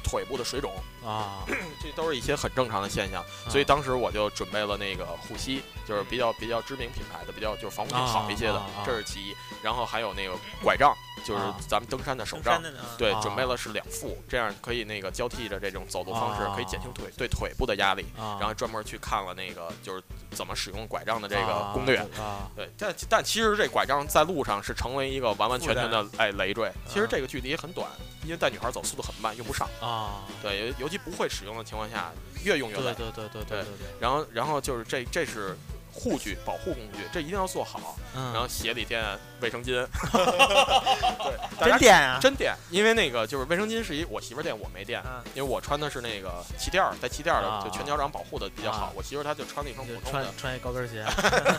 Speaker 4: 腿尾部的水肿，嗯
Speaker 1: 啊，
Speaker 4: 这都是一些很正常的现象。所以当时我就准备了那个护膝，就是比较比较知名品牌的，比较就是防护性好一些的
Speaker 1: 嗯啊啊啊，
Speaker 4: 这是其一。然后还有那个拐杖，就是
Speaker 1: 啊
Speaker 4: 咱们登山的手
Speaker 2: 登
Speaker 4: 杖
Speaker 2: 山。的呢？啊，
Speaker 4: 对
Speaker 1: 啊，
Speaker 4: 准备了是两副，这样可以那个交替着这种走路方式
Speaker 1: 啊，
Speaker 4: 可以减轻腿对腿部的压力。
Speaker 1: 啊，
Speaker 4: 然后专门去看了那个就是怎么使用拐杖的这个
Speaker 1: 啊
Speaker 4: 攻略。
Speaker 1: 啊
Speaker 4: 对，但但其实这拐杖在路上是成为一个完完全全的哎累赘。其
Speaker 1: 嗯
Speaker 4: 实这个距离也很短，因为带女孩走速度很慢，用不上。
Speaker 1: 啊，
Speaker 4: 对，尤尤其不会使用的情况下，越用越
Speaker 1: 对对
Speaker 4: 累。
Speaker 1: 对对对对对，
Speaker 4: 然后然后就是这这是护具保护工具，这一定要做好。
Speaker 1: 嗯，
Speaker 4: 然后鞋里垫卫生巾， 对，大
Speaker 2: 真
Speaker 4: 家
Speaker 2: 点啊！
Speaker 4: 真垫，因为那个就是卫生巾是一我媳妇儿垫，我没垫。
Speaker 2: 啊，
Speaker 4: 因为我穿的是那个气垫儿，带气垫儿
Speaker 1: 啊
Speaker 4: 的，就全脚掌保护的比较好
Speaker 1: 啊。
Speaker 4: 我媳妇儿她就穿了一双
Speaker 1: 就
Speaker 4: 普通的，
Speaker 1: 穿穿一高跟鞋，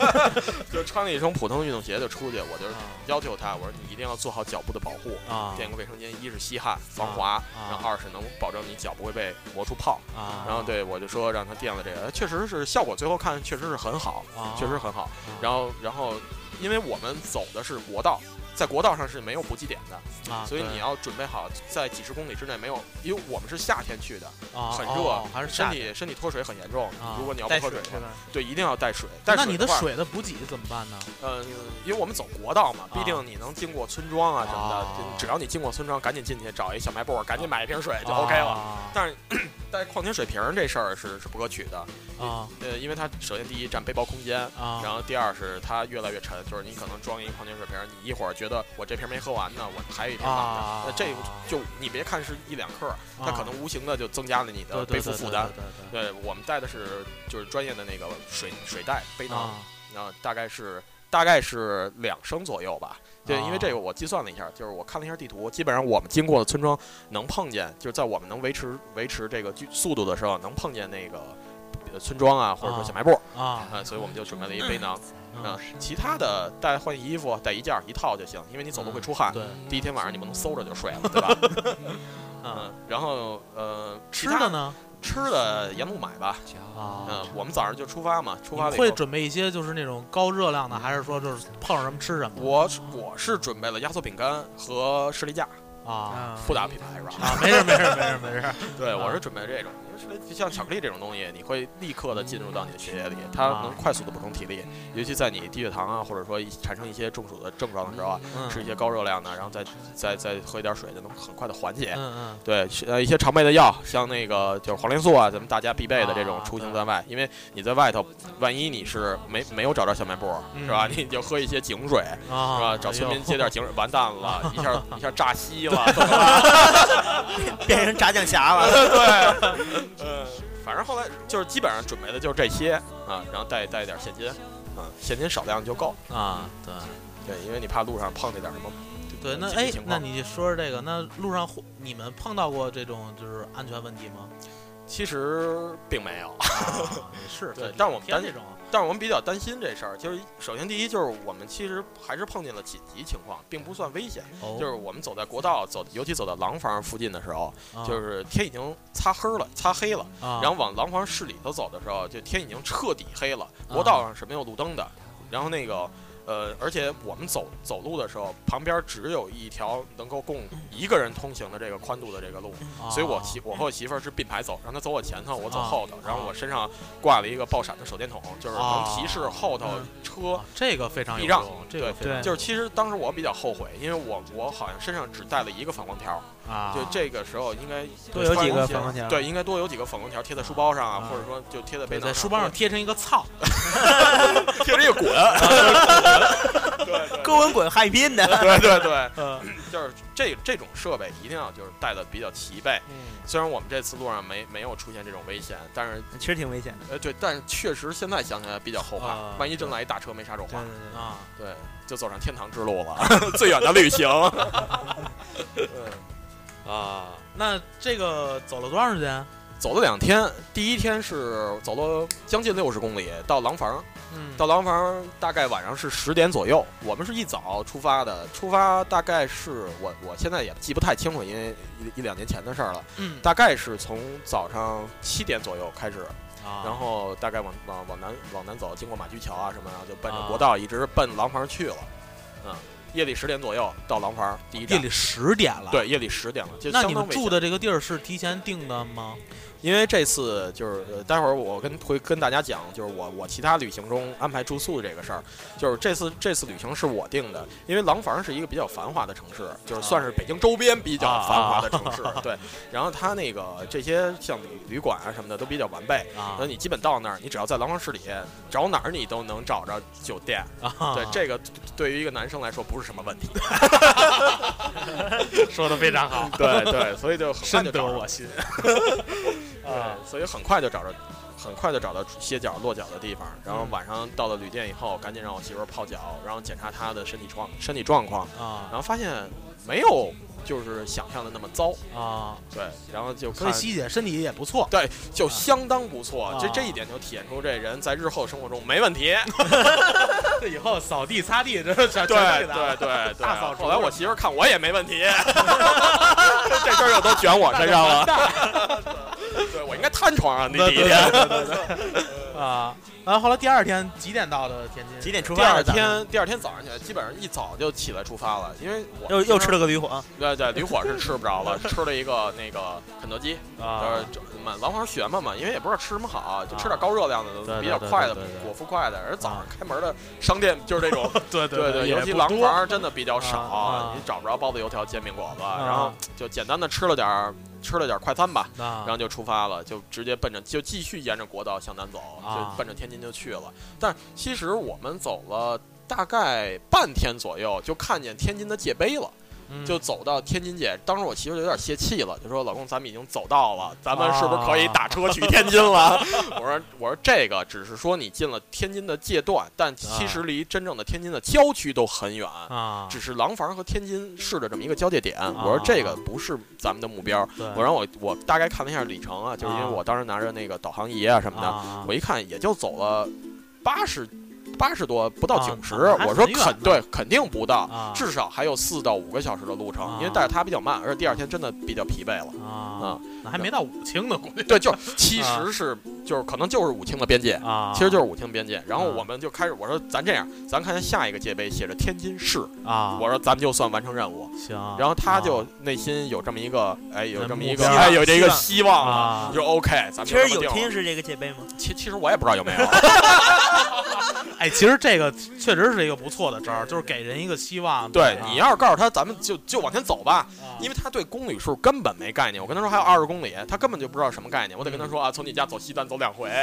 Speaker 4: 就穿了一双普通的运动鞋就出去。我就
Speaker 1: 啊
Speaker 4: 要求她，我说你一定要做好脚部的保护，
Speaker 1: 啊
Speaker 4: 垫个卫生巾，一是吸汗防滑，然后二是能保证你脚不会被磨出泡。
Speaker 1: 啊，
Speaker 4: 然后对我就说让她垫了这个，确实是效果，最后看确实是很好，
Speaker 1: 啊，
Speaker 4: 确实很好。
Speaker 1: 啊，
Speaker 4: 然后然后，因为我们走的是国道，在国道上是没有补给点的，
Speaker 1: 啊
Speaker 4: 所以
Speaker 1: 对
Speaker 4: 你要准备好在几十公里之内没有，因为我们是夏天去的，
Speaker 1: 啊
Speaker 4: 很
Speaker 1: 哦
Speaker 4: 热
Speaker 1: 哦还是
Speaker 4: 身
Speaker 1: 夏
Speaker 4: 体身体脱水很严重
Speaker 1: 啊。
Speaker 4: 如果你要不
Speaker 2: 带
Speaker 4: 喝
Speaker 2: 水
Speaker 4: 水的
Speaker 2: 是
Speaker 4: 话，
Speaker 2: 吧？
Speaker 4: 对，一定要带水。带
Speaker 1: 那
Speaker 4: 水
Speaker 1: 你的
Speaker 4: 话，
Speaker 1: 水的补给怎么办呢？
Speaker 4: 嗯，因为我们走国道嘛，
Speaker 1: 啊
Speaker 4: 必定你能经过村庄啊什么
Speaker 1: 啊
Speaker 4: 的，就只要你经过村庄，赶紧进去找一小卖部，赶紧买一瓶水哎
Speaker 1: 啊
Speaker 4: 就 OK 了。
Speaker 1: 了
Speaker 4: 但是 但是矿泉水瓶儿这事儿是是不可取的，
Speaker 1: 啊
Speaker 4: 呃，因为它首先第一占背包空间，
Speaker 1: 啊，
Speaker 4: 然后第二是它越来越沉，就是你可能装一个矿泉水瓶儿，你一会儿觉得我这瓶儿没喝完呢，我还有一瓶儿躺着，
Speaker 1: 啊
Speaker 4: 那这个就你别看是一两克儿，它可能无形的就增加了你
Speaker 1: 对
Speaker 4: 的
Speaker 1: 对对
Speaker 4: 背负
Speaker 1: 对
Speaker 4: 负
Speaker 1: 对
Speaker 4: 担。
Speaker 1: 对对
Speaker 4: 对我们带的是就是专业的那个水水袋背囊，
Speaker 1: 啊
Speaker 4: 然后大概是大概是两升左右吧。对，因为这
Speaker 1: 啊
Speaker 4: 个我计算了一下，就是我看了一下地图，基本上我们经过的村庄能碰见，就是在我们能维持维持这个距速度的时候，能碰见那个呃村庄啊，或者说小卖部
Speaker 1: 啊
Speaker 4: 啊，所以我们就准备了一背囊啊
Speaker 1: 嗯，
Speaker 4: 其他的带换衣服带一件儿一套就行，因为你走路会出汗，
Speaker 1: 嗯对，
Speaker 4: 第一天晚上你不能馊着就 睡了，对吧？嗯，然后呃，其
Speaker 1: 吃
Speaker 4: 他
Speaker 1: 的呢？
Speaker 4: 吃的沿路买吧，
Speaker 1: 啊
Speaker 4: 嗯，，我们早上就出发嘛，出
Speaker 1: 你
Speaker 4: 发
Speaker 1: 们
Speaker 4: 了以
Speaker 1: 会
Speaker 4: 后
Speaker 1: 准备一些就是那种高热量的，还是说就是碰上什么吃什么
Speaker 4: 我我是准备了压缩饼干和士力架，
Speaker 1: 啊？
Speaker 2: 啊，
Speaker 4: 不打品牌是吧？
Speaker 1: 啊，没事没事没事没事，
Speaker 4: 对，
Speaker 1: 啊
Speaker 4: 我是准备这种，因为像巧克力这种东西，你会立刻的进入到你的血液里，它
Speaker 1: 啊
Speaker 4: 能快速的补充体力，尤其在你低血糖啊，或者说一产生一些中暑的症状的时候啊，
Speaker 1: 嗯
Speaker 4: 吃一些高热量的，然后再再再喝一点水，就能很快的缓解。
Speaker 1: 嗯
Speaker 4: 对，是呃，一些常备的药，像那个就是黄连素啊，咱们大家必备的这种
Speaker 1: 啊，
Speaker 4: 出行
Speaker 1: 对
Speaker 4: 在外，因为你在外头，万一你是没没有找着小卖部儿，是吧？
Speaker 1: 嗯
Speaker 4: 你就喝一些井水，
Speaker 1: 嗯啊，
Speaker 4: 是吧？找村民借点井水，完蛋 了，一下一下炸稀了，
Speaker 2: 变成炸 酱侠 了。
Speaker 4: 呃，反正后来就是基本上准备的就是这些啊，然后带带一点现金，啊，现金少量就够，
Speaker 1: 啊，对。
Speaker 4: 对，因为你怕路上碰见点什么
Speaker 1: 对，那
Speaker 4: 紧急
Speaker 1: 哎
Speaker 4: 情，况
Speaker 1: 那你说说这个，那路上会你们碰到过这种就是安全问题 吗？
Speaker 4: 其实并没有，
Speaker 1: 啊也是，
Speaker 4: 对
Speaker 1: 这
Speaker 4: 但我们
Speaker 1: 天
Speaker 4: 担
Speaker 1: 这种啊
Speaker 4: 但是我们比较担心这事儿，就是首先第一就是我们其实还是碰见了紧急情况，并不算危险，
Speaker 1: 哦
Speaker 4: 就是我们走在国道走，尤其走到廊坊附近的时候，
Speaker 1: 啊
Speaker 4: 就是天已经擦黑了，擦黑了，
Speaker 1: 啊，
Speaker 4: 然后往廊坊市里头走的时候，就天已经彻底黑了，
Speaker 1: 啊
Speaker 4: 国道上是没有路灯的。然后那个，呃，而且我们走走路的时候，旁边只有一条能够供一个人通行的这个宽度的这个路，
Speaker 1: 啊
Speaker 4: 所以我媳我和我媳妇儿是并排走，让她走我前头，我走
Speaker 1: 啊
Speaker 4: 后头，然后我身上挂了一个爆闪的手电筒，就是能提示后头
Speaker 2: 嗯
Speaker 4: 车。
Speaker 1: 啊这个非常有
Speaker 4: 避让
Speaker 1: 用，这个
Speaker 4: 对
Speaker 1: 非常
Speaker 2: 对
Speaker 4: 就是其实当时我比较后悔，因为我我好像身上只带了一个反光条，
Speaker 1: 啊，
Speaker 4: 就这个时候应该
Speaker 2: 多有几个
Speaker 4: 穿
Speaker 2: 反光条
Speaker 4: 对，应该多有几个反光条贴在书包上
Speaker 1: 啊
Speaker 4: 啊，或者说就贴在背
Speaker 1: 对
Speaker 4: 囊
Speaker 1: 在书包上贴成 一个操，
Speaker 4: 贴着一个滚，
Speaker 2: 哥文滚汉语拼音的。
Speaker 4: 对对对，
Speaker 2: 嗯
Speaker 4: 就是这这种设备一定要就是带的比较齐备。虽然我们这次路上没没有出现这种危险，但是
Speaker 2: 其实挺危险的。
Speaker 4: 呃对，但是确实现在想起来比较后怕，
Speaker 1: 啊
Speaker 4: 万一真来一大车没刹住
Speaker 2: 对
Speaker 4: 话，
Speaker 2: 对对。
Speaker 1: 啊，
Speaker 4: 对，就走上天堂之路了， 最远的旅行。 对啊，
Speaker 1: 那这个走了多长时间？
Speaker 4: 走了两天，第一天是走了将近六十公里到廊坊，
Speaker 1: 嗯，
Speaker 4: 到廊坊大概晚上是十点左右，我们是一早出发的，出发大概是我我现在也记不太清楚，因为一一两年前的事儿了，
Speaker 1: 嗯，
Speaker 4: 大概是从早上七点左右开始，
Speaker 1: 然
Speaker 4: 然后大概往
Speaker 1: 啊
Speaker 4: 往往南往南走，经过马驹桥啊什么，然后就奔着国道一直奔廊坊去了。嗯，夜里十点左右到廊坊第一
Speaker 1: 夜
Speaker 4: 站。
Speaker 1: 里十点了。，
Speaker 4: 对，夜里十点了，就
Speaker 1: 啊那
Speaker 4: 相
Speaker 1: 你们
Speaker 4: 当
Speaker 1: 啊
Speaker 4: 危
Speaker 1: 住
Speaker 4: 险
Speaker 1: 的这个地儿是提前定的吗？
Speaker 4: 因为这次就是呃待会儿我跟会跟大家讲，就是我我其他旅行中安排住宿这个事儿，就是这次这次旅行是我定的，因为廊坊是一个比较繁华的城市，就是算是北京周边比较繁华的城市，
Speaker 1: 啊
Speaker 4: 对。然后它那个这些像旅旅馆啊什么的都比较完备，
Speaker 1: 啊
Speaker 4: 那你基本到那儿，你只要在廊坊市里找哪儿你都能找着酒店，
Speaker 1: 啊，
Speaker 4: 呃 对这个对于一个男生来说不是什么问题，
Speaker 1: 说的非常好，
Speaker 4: 对对，所以就很快
Speaker 1: 深
Speaker 4: 就
Speaker 1: 得
Speaker 4: 找着
Speaker 1: 我心。啊，
Speaker 4: 所以很快就找着，很快就找到歇脚落脚的地方。然后晚上到了旅店以后，赶紧让我媳妇儿泡脚，然后检查她的身体状身体状况，
Speaker 1: 啊
Speaker 4: 然后发现没有就是想象的那么糟，
Speaker 1: 啊！
Speaker 4: 对，然后就
Speaker 1: 所以
Speaker 4: 看。
Speaker 1: 西姐身体也不错，
Speaker 4: 对，就相当不错
Speaker 1: 啊，
Speaker 4: 这这一点就体现出这人在日后生活中没问题。
Speaker 1: 这以后扫地擦地这是全
Speaker 4: 对
Speaker 1: 全给他
Speaker 4: 对对对
Speaker 1: 大扫。除
Speaker 4: 后来我媳妇儿看我也没 问题，这事儿又都卷我身 上了。对，我应该瘫床上那第一天。
Speaker 1: 啊。然后后来第二天几点到的天津？
Speaker 2: 几点出
Speaker 4: 第
Speaker 2: 发
Speaker 4: 二
Speaker 2: 的咱们？
Speaker 4: 天，第二天早上起来，基本上一早就起来出发了，因为我
Speaker 2: 又又吃
Speaker 4: 平
Speaker 2: 了个驴火，
Speaker 4: 常对对，驴火是吃不着了，吃了一个那个肯德基，
Speaker 1: 啊
Speaker 4: 呃，这满廊坊学嘛嘛，因为也不知道吃什么好，就吃点高热量
Speaker 1: 对对
Speaker 4: 的，比较快的
Speaker 1: 对对对对啊
Speaker 4: 果腹快的。而早上开门的商店就是这种，
Speaker 1: 对
Speaker 4: 对
Speaker 1: 对，
Speaker 4: 尤其廊坊真的比较
Speaker 1: 啊
Speaker 4: 少
Speaker 1: 啊，
Speaker 4: 你找不着包子、油条、煎饼果子，
Speaker 1: 啊
Speaker 4: 然后就简单的吃了点儿，吃了点儿快餐吧，
Speaker 1: 啊
Speaker 4: 然后就出发了，就直接奔着就继续沿着国道向南走，
Speaker 1: 啊
Speaker 4: 就奔着天津就去了。但是其实我们走了大概半天左右，就看见天津的界碑了，
Speaker 1: 嗯
Speaker 4: 就走到天津界。当时我媳妇就有点泄气了，就说：“老公，咱们已经走到了，咱们是不是可以打车去天 津了？”我说：“我说这个只是说你进了天津的界段，但其实离真正的天津的郊区都很远。
Speaker 1: 啊，
Speaker 4: 只是廊坊和天津市的这么一个交界点，我说这个不是咱们的目标，
Speaker 1: 对
Speaker 4: 我让我我大概看了一下里程啊，就是因为
Speaker 1: 啊
Speaker 4: 我当时拿着那个导航仪啊什么的，
Speaker 1: 啊
Speaker 4: 我一看也就走了八十八十多，不到
Speaker 1: 啊
Speaker 4: 九十、
Speaker 1: 那还
Speaker 4: 我说
Speaker 1: 很远
Speaker 4: 肯
Speaker 1: 呢
Speaker 4: 对肯定不到，
Speaker 1: 啊
Speaker 4: 至少还有四到五个小时的路程，
Speaker 1: 啊
Speaker 4: 因为带着它比较慢，而且第二天真的比较疲惫 了。
Speaker 1: 啊，那还没到武清呢，估计
Speaker 4: 对，就其实是、就是可能就是武清的边界。
Speaker 1: 啊，
Speaker 4: 其实就是武清边界，然后
Speaker 1: 啊
Speaker 4: 我们就开始，我说咱这样，咱看下一个界碑写着天津市，
Speaker 1: 啊，
Speaker 4: 我说咱们就算完成任务。
Speaker 1: 行，啊
Speaker 4: 然后他就内心有这么一个，哎，有这么一个，
Speaker 1: 目标
Speaker 4: 哎，有这个希望了，
Speaker 1: 啊
Speaker 4: 就 OK，咱们
Speaker 2: 其实
Speaker 4: 就这么
Speaker 2: 有
Speaker 4: 啊定了
Speaker 2: 天津市这个界碑吗？
Speaker 4: 其其实我也不知道有啊没有，
Speaker 1: 哎，其实这个确实是一个不错的招儿，就是给人一个希望。
Speaker 4: 对
Speaker 1: 啊
Speaker 4: 你要是告诉他咱们就就往前走吧，
Speaker 1: 啊
Speaker 4: 因为他对公里数根本没概念。我跟他说还有二十公里，他根本就不知道什么概念。我得跟他说啊，从你家走西单走两回。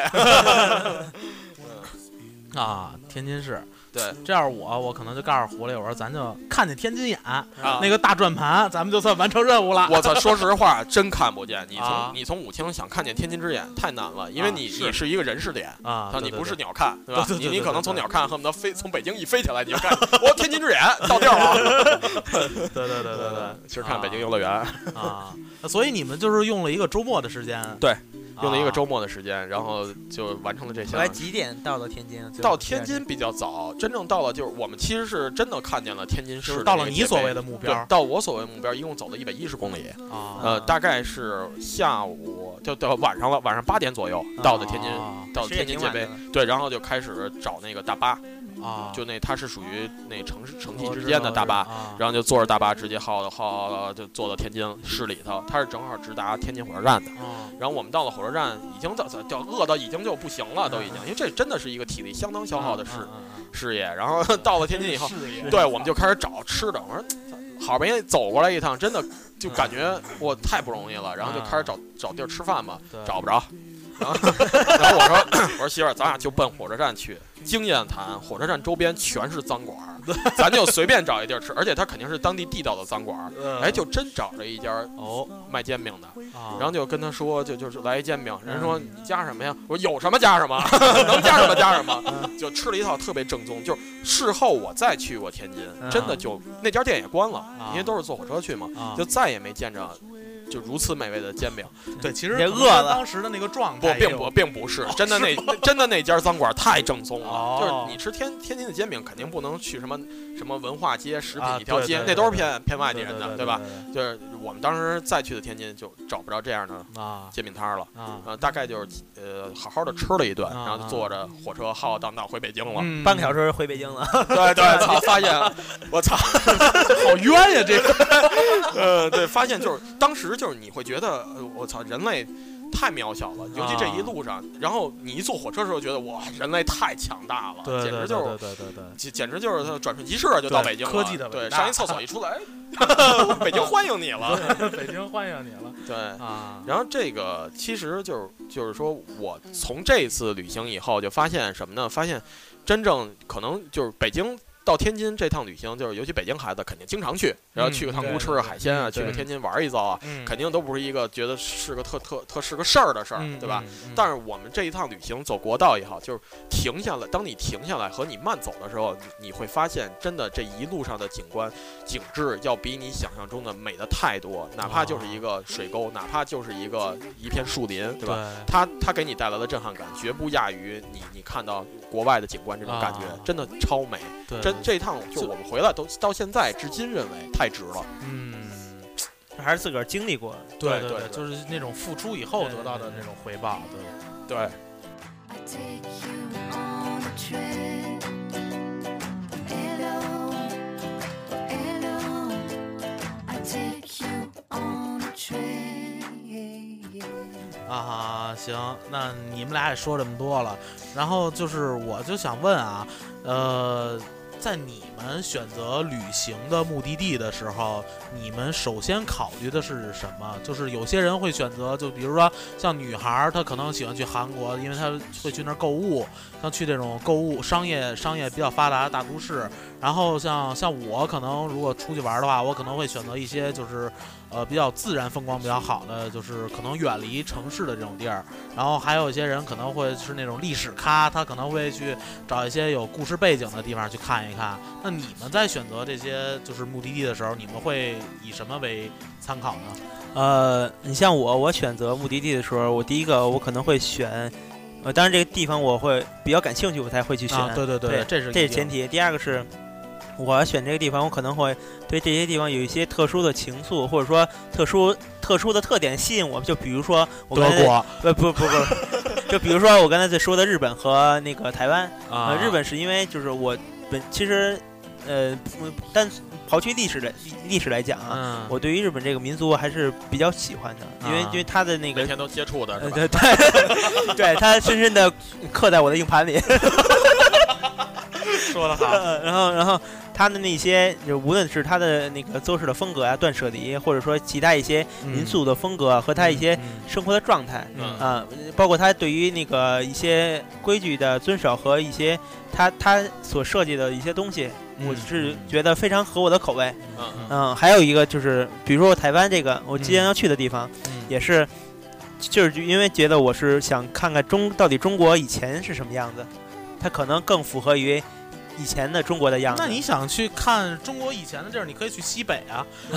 Speaker 1: 啊，天津市，
Speaker 4: 对
Speaker 1: 这要是我，我可能就告诉狐狸，我说咱就看见天津眼
Speaker 4: 啊，
Speaker 1: 那个大转盘，咱们就算完成任务了。
Speaker 4: 我操，说实话真看不见。你
Speaker 1: 啊
Speaker 4: 从你从武清想看见天津之眼太难了，因为
Speaker 1: 啊
Speaker 4: 你
Speaker 1: 是
Speaker 4: 你是一个人视点。
Speaker 1: 啊，
Speaker 4: 啊，
Speaker 1: 对
Speaker 4: 你
Speaker 1: 对
Speaker 4: 不是
Speaker 1: 对
Speaker 4: 鸟看，对吧？
Speaker 1: 对对对
Speaker 4: 你你
Speaker 1: 对
Speaker 4: 可能
Speaker 1: 对
Speaker 4: 从
Speaker 1: 对
Speaker 4: 鸟看恨不得飞从北京一飞起来，你就看，我天津之眼到地儿了。
Speaker 1: 对对对对
Speaker 4: 其实看北京游乐园，
Speaker 1: 对啊，所以你们就是用了一个周末的时间，
Speaker 4: 对
Speaker 1: 啊，
Speaker 4: 用了一个周末的时间，然后就完成了这
Speaker 2: 后来
Speaker 4: 项。
Speaker 2: 几点到的天津啊？最后
Speaker 4: 到天津比较早，真正到了就是我们其实是真的看见了天津
Speaker 1: 就
Speaker 4: 市
Speaker 1: 是
Speaker 4: 的
Speaker 1: 到
Speaker 4: 那
Speaker 1: 了
Speaker 4: 个
Speaker 1: 你
Speaker 4: 界
Speaker 1: 所
Speaker 4: 碑
Speaker 1: 谓的目标
Speaker 4: 对，到我所谓目标，一共走了一百一十公里，
Speaker 1: 啊
Speaker 4: 呃，大概是下午就到晚上了，晚上八点左右到的天津，
Speaker 1: 啊
Speaker 4: 到
Speaker 2: 其实也
Speaker 4: 天津
Speaker 2: 挺
Speaker 4: 界
Speaker 2: 晚的
Speaker 4: 碑
Speaker 2: 了，
Speaker 4: 对，然后就开始找那个大巴，
Speaker 1: 啊，
Speaker 4: 就那它是属于那城市城际
Speaker 1: 我
Speaker 4: 之
Speaker 1: 哦知
Speaker 4: 间
Speaker 1: 道
Speaker 4: 的
Speaker 1: 我
Speaker 4: 大
Speaker 1: 知
Speaker 4: 巴
Speaker 1: 道，啊
Speaker 4: 然后就坐着大巴直接耗耗耗就坐到天津市里头，它是正好直达天津火车站的。
Speaker 1: 啊
Speaker 4: 然后我们到了火车站，已经到到饿到已经就不行了，都已经，因为这真的是一个体力相当消耗的事
Speaker 1: 啊啊
Speaker 4: 事业。然后到了天津以后，
Speaker 1: 事业
Speaker 4: 对，我们就开始找吃的。我说，好不容易走过来一趟，真的就
Speaker 1: 嗯
Speaker 4: 感觉我太不容易了。然后就开始找找地儿吃饭嘛，
Speaker 1: 对
Speaker 4: 找不着。然后， 然后我说，我说媳妇儿，咱俩就奔火车站去。经验谈，火车站周边全是脏馆儿，咱就随便找一地儿吃，而且它肯定是当地地道的脏馆儿。
Speaker 1: 嗯
Speaker 4: 哎，就真找着一家
Speaker 1: 哦，
Speaker 4: 卖煎饼的，
Speaker 1: 啊嗯
Speaker 4: 然后就跟他说，就就是来一煎饼，人说你加什么呀？我说有什么加什么， 能加什么加什么，
Speaker 1: 嗯
Speaker 4: 就吃了一套特别正宗。就是事后我再去过天津，
Speaker 2: 嗯
Speaker 4: 真的就那家店也关了，因为都是坐火车去嘛，
Speaker 1: 啊
Speaker 4: 就再也没见着就如此美味的煎饼。
Speaker 1: 对，其实
Speaker 2: 也
Speaker 1: 可能
Speaker 2: 饿
Speaker 1: 他
Speaker 2: 了
Speaker 1: 当时的那个状
Speaker 4: 不
Speaker 1: 态，也
Speaker 4: 并
Speaker 1: 有
Speaker 4: 不并不是真 的那真的那家餐馆太正宗
Speaker 1: 哦
Speaker 4: 了，就是你吃天天津的煎饼，肯定不能去什么什么文化街、食品
Speaker 1: 啊
Speaker 4: 一条
Speaker 1: 对
Speaker 4: 街
Speaker 1: 对，
Speaker 4: 那
Speaker 1: 对
Speaker 4: 都是
Speaker 1: 对
Speaker 4: 偏偏外地
Speaker 1: 对
Speaker 4: 人
Speaker 1: 对
Speaker 4: 的，
Speaker 1: 对
Speaker 4: 对吧？
Speaker 1: 对对
Speaker 4: 就是我们当时再去的天津就找不着这样的
Speaker 1: 啊
Speaker 4: 煎饼摊儿了。
Speaker 1: 啊，
Speaker 4: 呃，大概就是呃，好好的吃了一顿，
Speaker 1: 啊
Speaker 4: 然后就坐着火车浩浩荡荡回北京了。
Speaker 1: 嗯
Speaker 2: 半个小时回北京了，
Speaker 4: 对对，操，发现我操，
Speaker 1: 好冤呀，这个
Speaker 4: 呃，对，发现就是当时就是你会觉得，呃我操，人类太渺小了，尤其这
Speaker 1: 啊
Speaker 4: 一路上，然后你一坐火车的时候，觉得哇，人类太强大了，简直就是。
Speaker 1: 对对对。
Speaker 4: 简简直就是它转瞬即逝，就到北京了。
Speaker 1: 科技的伟
Speaker 4: 对，
Speaker 1: 大
Speaker 4: 上一厕所一 出来，北京欢迎你了。
Speaker 1: 北京欢迎你了
Speaker 4: 对，
Speaker 1: 啊！
Speaker 4: 然后这个其实就是就是说我从这次旅行以后就发现什么呢？发现真正可能就是北京到天津这趟旅行，就是尤其北京孩子肯定经常去，然后去个塘
Speaker 1: 对
Speaker 4: 沽吃个
Speaker 1: 对
Speaker 4: 海鲜啊，
Speaker 1: 嗯
Speaker 4: 去个
Speaker 1: 对
Speaker 4: 天津玩一遭啊，
Speaker 1: 嗯
Speaker 4: 肯定都不是一个觉得是个特特特是个事儿的事儿，
Speaker 1: 嗯
Speaker 4: 对吧？？但
Speaker 1: 是
Speaker 4: 是我们这一趟旅行走国道也好，就是停下来，当你停下来和你慢走的时候，你你会发现，真的这一路上的景观景致要比你想象中的美的太多，哪怕就是一个水沟，哪怕就是一个一片树林，对吧？
Speaker 1: 吧？
Speaker 4: 它它给你带来的震撼感，绝不亚于你你看到国外的景观这种感觉，
Speaker 1: 啊
Speaker 4: 真的超美。
Speaker 1: 对，
Speaker 4: 真这一趟就我们回来都到现在至今认为太值了。
Speaker 1: 嗯，
Speaker 2: 还是自个儿经历过。
Speaker 1: 对
Speaker 4: 对
Speaker 1: 对，
Speaker 4: 对
Speaker 1: 就是那种付出以后得到的那种回报，对。
Speaker 4: 对，
Speaker 7: I take you on a trip. Hello, hello. I take you on a trip.
Speaker 1: 啊，行，那你们俩也说这么多了，然后就是我就想问啊，呃，在你们选择旅行的目的地的时候，你们首先考虑的是什么？就是有些人会选择，就比如说像女孩儿，她可能喜欢去韩国，因为她会去那儿购物，像去这种购物商业商业比较发达的大都市。然后像像我可能如果出去玩儿的话，我可能会选择一些就是呃比较自然风光比较好的，就是可能远离城市的这种地儿。然后还有一些人可能会是那种历史咖，他可能会去找一些有故事背景的地方去看一看。那你们在选择这些就是目的地的时候，你们会以什么为参考呢？
Speaker 2: 呃，你像我，我选择目的地的时候，我第一个我可能会选，呃，当然这个地方我会比较感兴趣，我才会去选。
Speaker 1: 啊，对对
Speaker 2: 对
Speaker 1: 这是
Speaker 2: 这
Speaker 1: 这
Speaker 2: 是前。提。第二个是，我选这个地方，我可能会对这些地方有一些特殊的情愫，或者说特殊特殊的特点吸引我。就比如说我
Speaker 1: 德
Speaker 2: 刚才
Speaker 1: 国
Speaker 2: 呃不不不， 就比如说我刚才在说的日本和那个台湾，
Speaker 1: 啊
Speaker 2: 呃，日本是因为就是我本其实呃，不但刨去历史的历史来讲啊，
Speaker 1: 嗯，
Speaker 2: 我对于日本这个民族还是比较喜欢的，因为
Speaker 1: 啊
Speaker 2: 因为它的那
Speaker 4: 每
Speaker 2: 个
Speaker 4: 天都接触的是
Speaker 2: 呃，
Speaker 4: 吧？
Speaker 2: 对对，对， 它深深的刻在我的硬盘里。
Speaker 1: 说的好，
Speaker 2: 呃 然后，然后它的那些，就无论是它的那个做事的风格啊，断舍离，或者说其他一些民宿的风格啊和它一些
Speaker 1: 嗯
Speaker 2: 生活的状态
Speaker 1: 嗯
Speaker 2: 啊、包括它对于那个一些规矩的遵守和一些它它所设计的一些东西，
Speaker 1: 嗯
Speaker 2: 我是觉得非常合我的口味。
Speaker 4: 嗯，
Speaker 2: 嗯、还有一个就是，比如说台湾这个我即将
Speaker 1: 嗯
Speaker 2: 要去的地方，
Speaker 1: 嗯
Speaker 2: 也是。就是因为觉得我是想看看中到底中国以前是什么样子，它可能更符合于以前的中国的样子。
Speaker 1: 那你想去看中国以前的地儿，你可以去西北啊，
Speaker 2: 不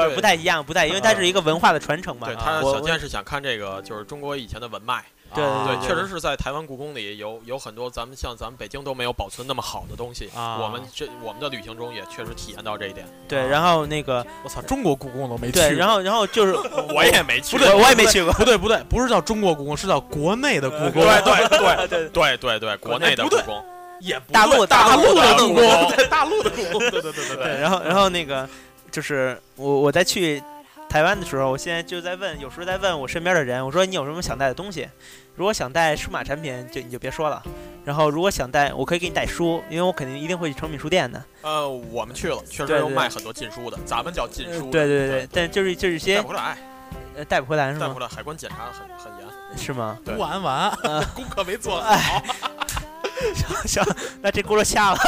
Speaker 2: 是不太一样，不太，因为它
Speaker 1: 啊
Speaker 2: 是一个文化的传承嘛。
Speaker 4: 对
Speaker 1: 啊
Speaker 4: 他
Speaker 2: 我
Speaker 4: 小健是想看这个，就是中国以前的文脉。
Speaker 2: 对
Speaker 1: 啊
Speaker 4: 对，
Speaker 2: 对
Speaker 4: 确实是在台湾故宫里有有很多咱们像咱们北京都没有保存那么好的东西。
Speaker 1: 啊
Speaker 4: 我们这我们的旅行中也确实体验到这一点。
Speaker 2: 对，然后那个
Speaker 1: 我操，中国故宫我嗯都没去过。
Speaker 2: 对，然后然后就是
Speaker 4: 我也没去
Speaker 2: 不对，我也没去过。
Speaker 1: 不对不对，不是叫中国故宫，是叫国内的故宫。
Speaker 4: 对对对对对对，国内的故宫，
Speaker 1: 也不
Speaker 2: 大陆
Speaker 1: 对
Speaker 2: 大陆
Speaker 1: 的
Speaker 4: 的
Speaker 1: 故宫
Speaker 4: 故宫，
Speaker 1: 对大陆的故宫，对对对对
Speaker 2: 对，
Speaker 1: 对。
Speaker 2: 然后然后那个就是我我在去台湾的时候，我现在就在问，有时候在问我身边的人，我说你有什么想带的东西？如果想带数码产品，就你就别说了。然后如果想带，我可以给你带书，因为我肯定一定会去诚品书店的。
Speaker 4: 呃，我们去了，确实
Speaker 2: 对对
Speaker 4: 有卖很多禁书的，咱们叫禁
Speaker 2: 呃
Speaker 4: 书。
Speaker 2: 对对对，，但就是就是一
Speaker 4: 带
Speaker 2: 些
Speaker 4: 不回来，
Speaker 2: 呃带不回来是
Speaker 4: 带不
Speaker 2: 吗
Speaker 4: 回？来，海关检查得很很严，
Speaker 2: 是吗？
Speaker 4: 对
Speaker 1: 玩完，
Speaker 4: 功课没做好。
Speaker 2: 行，那这轱辘下了。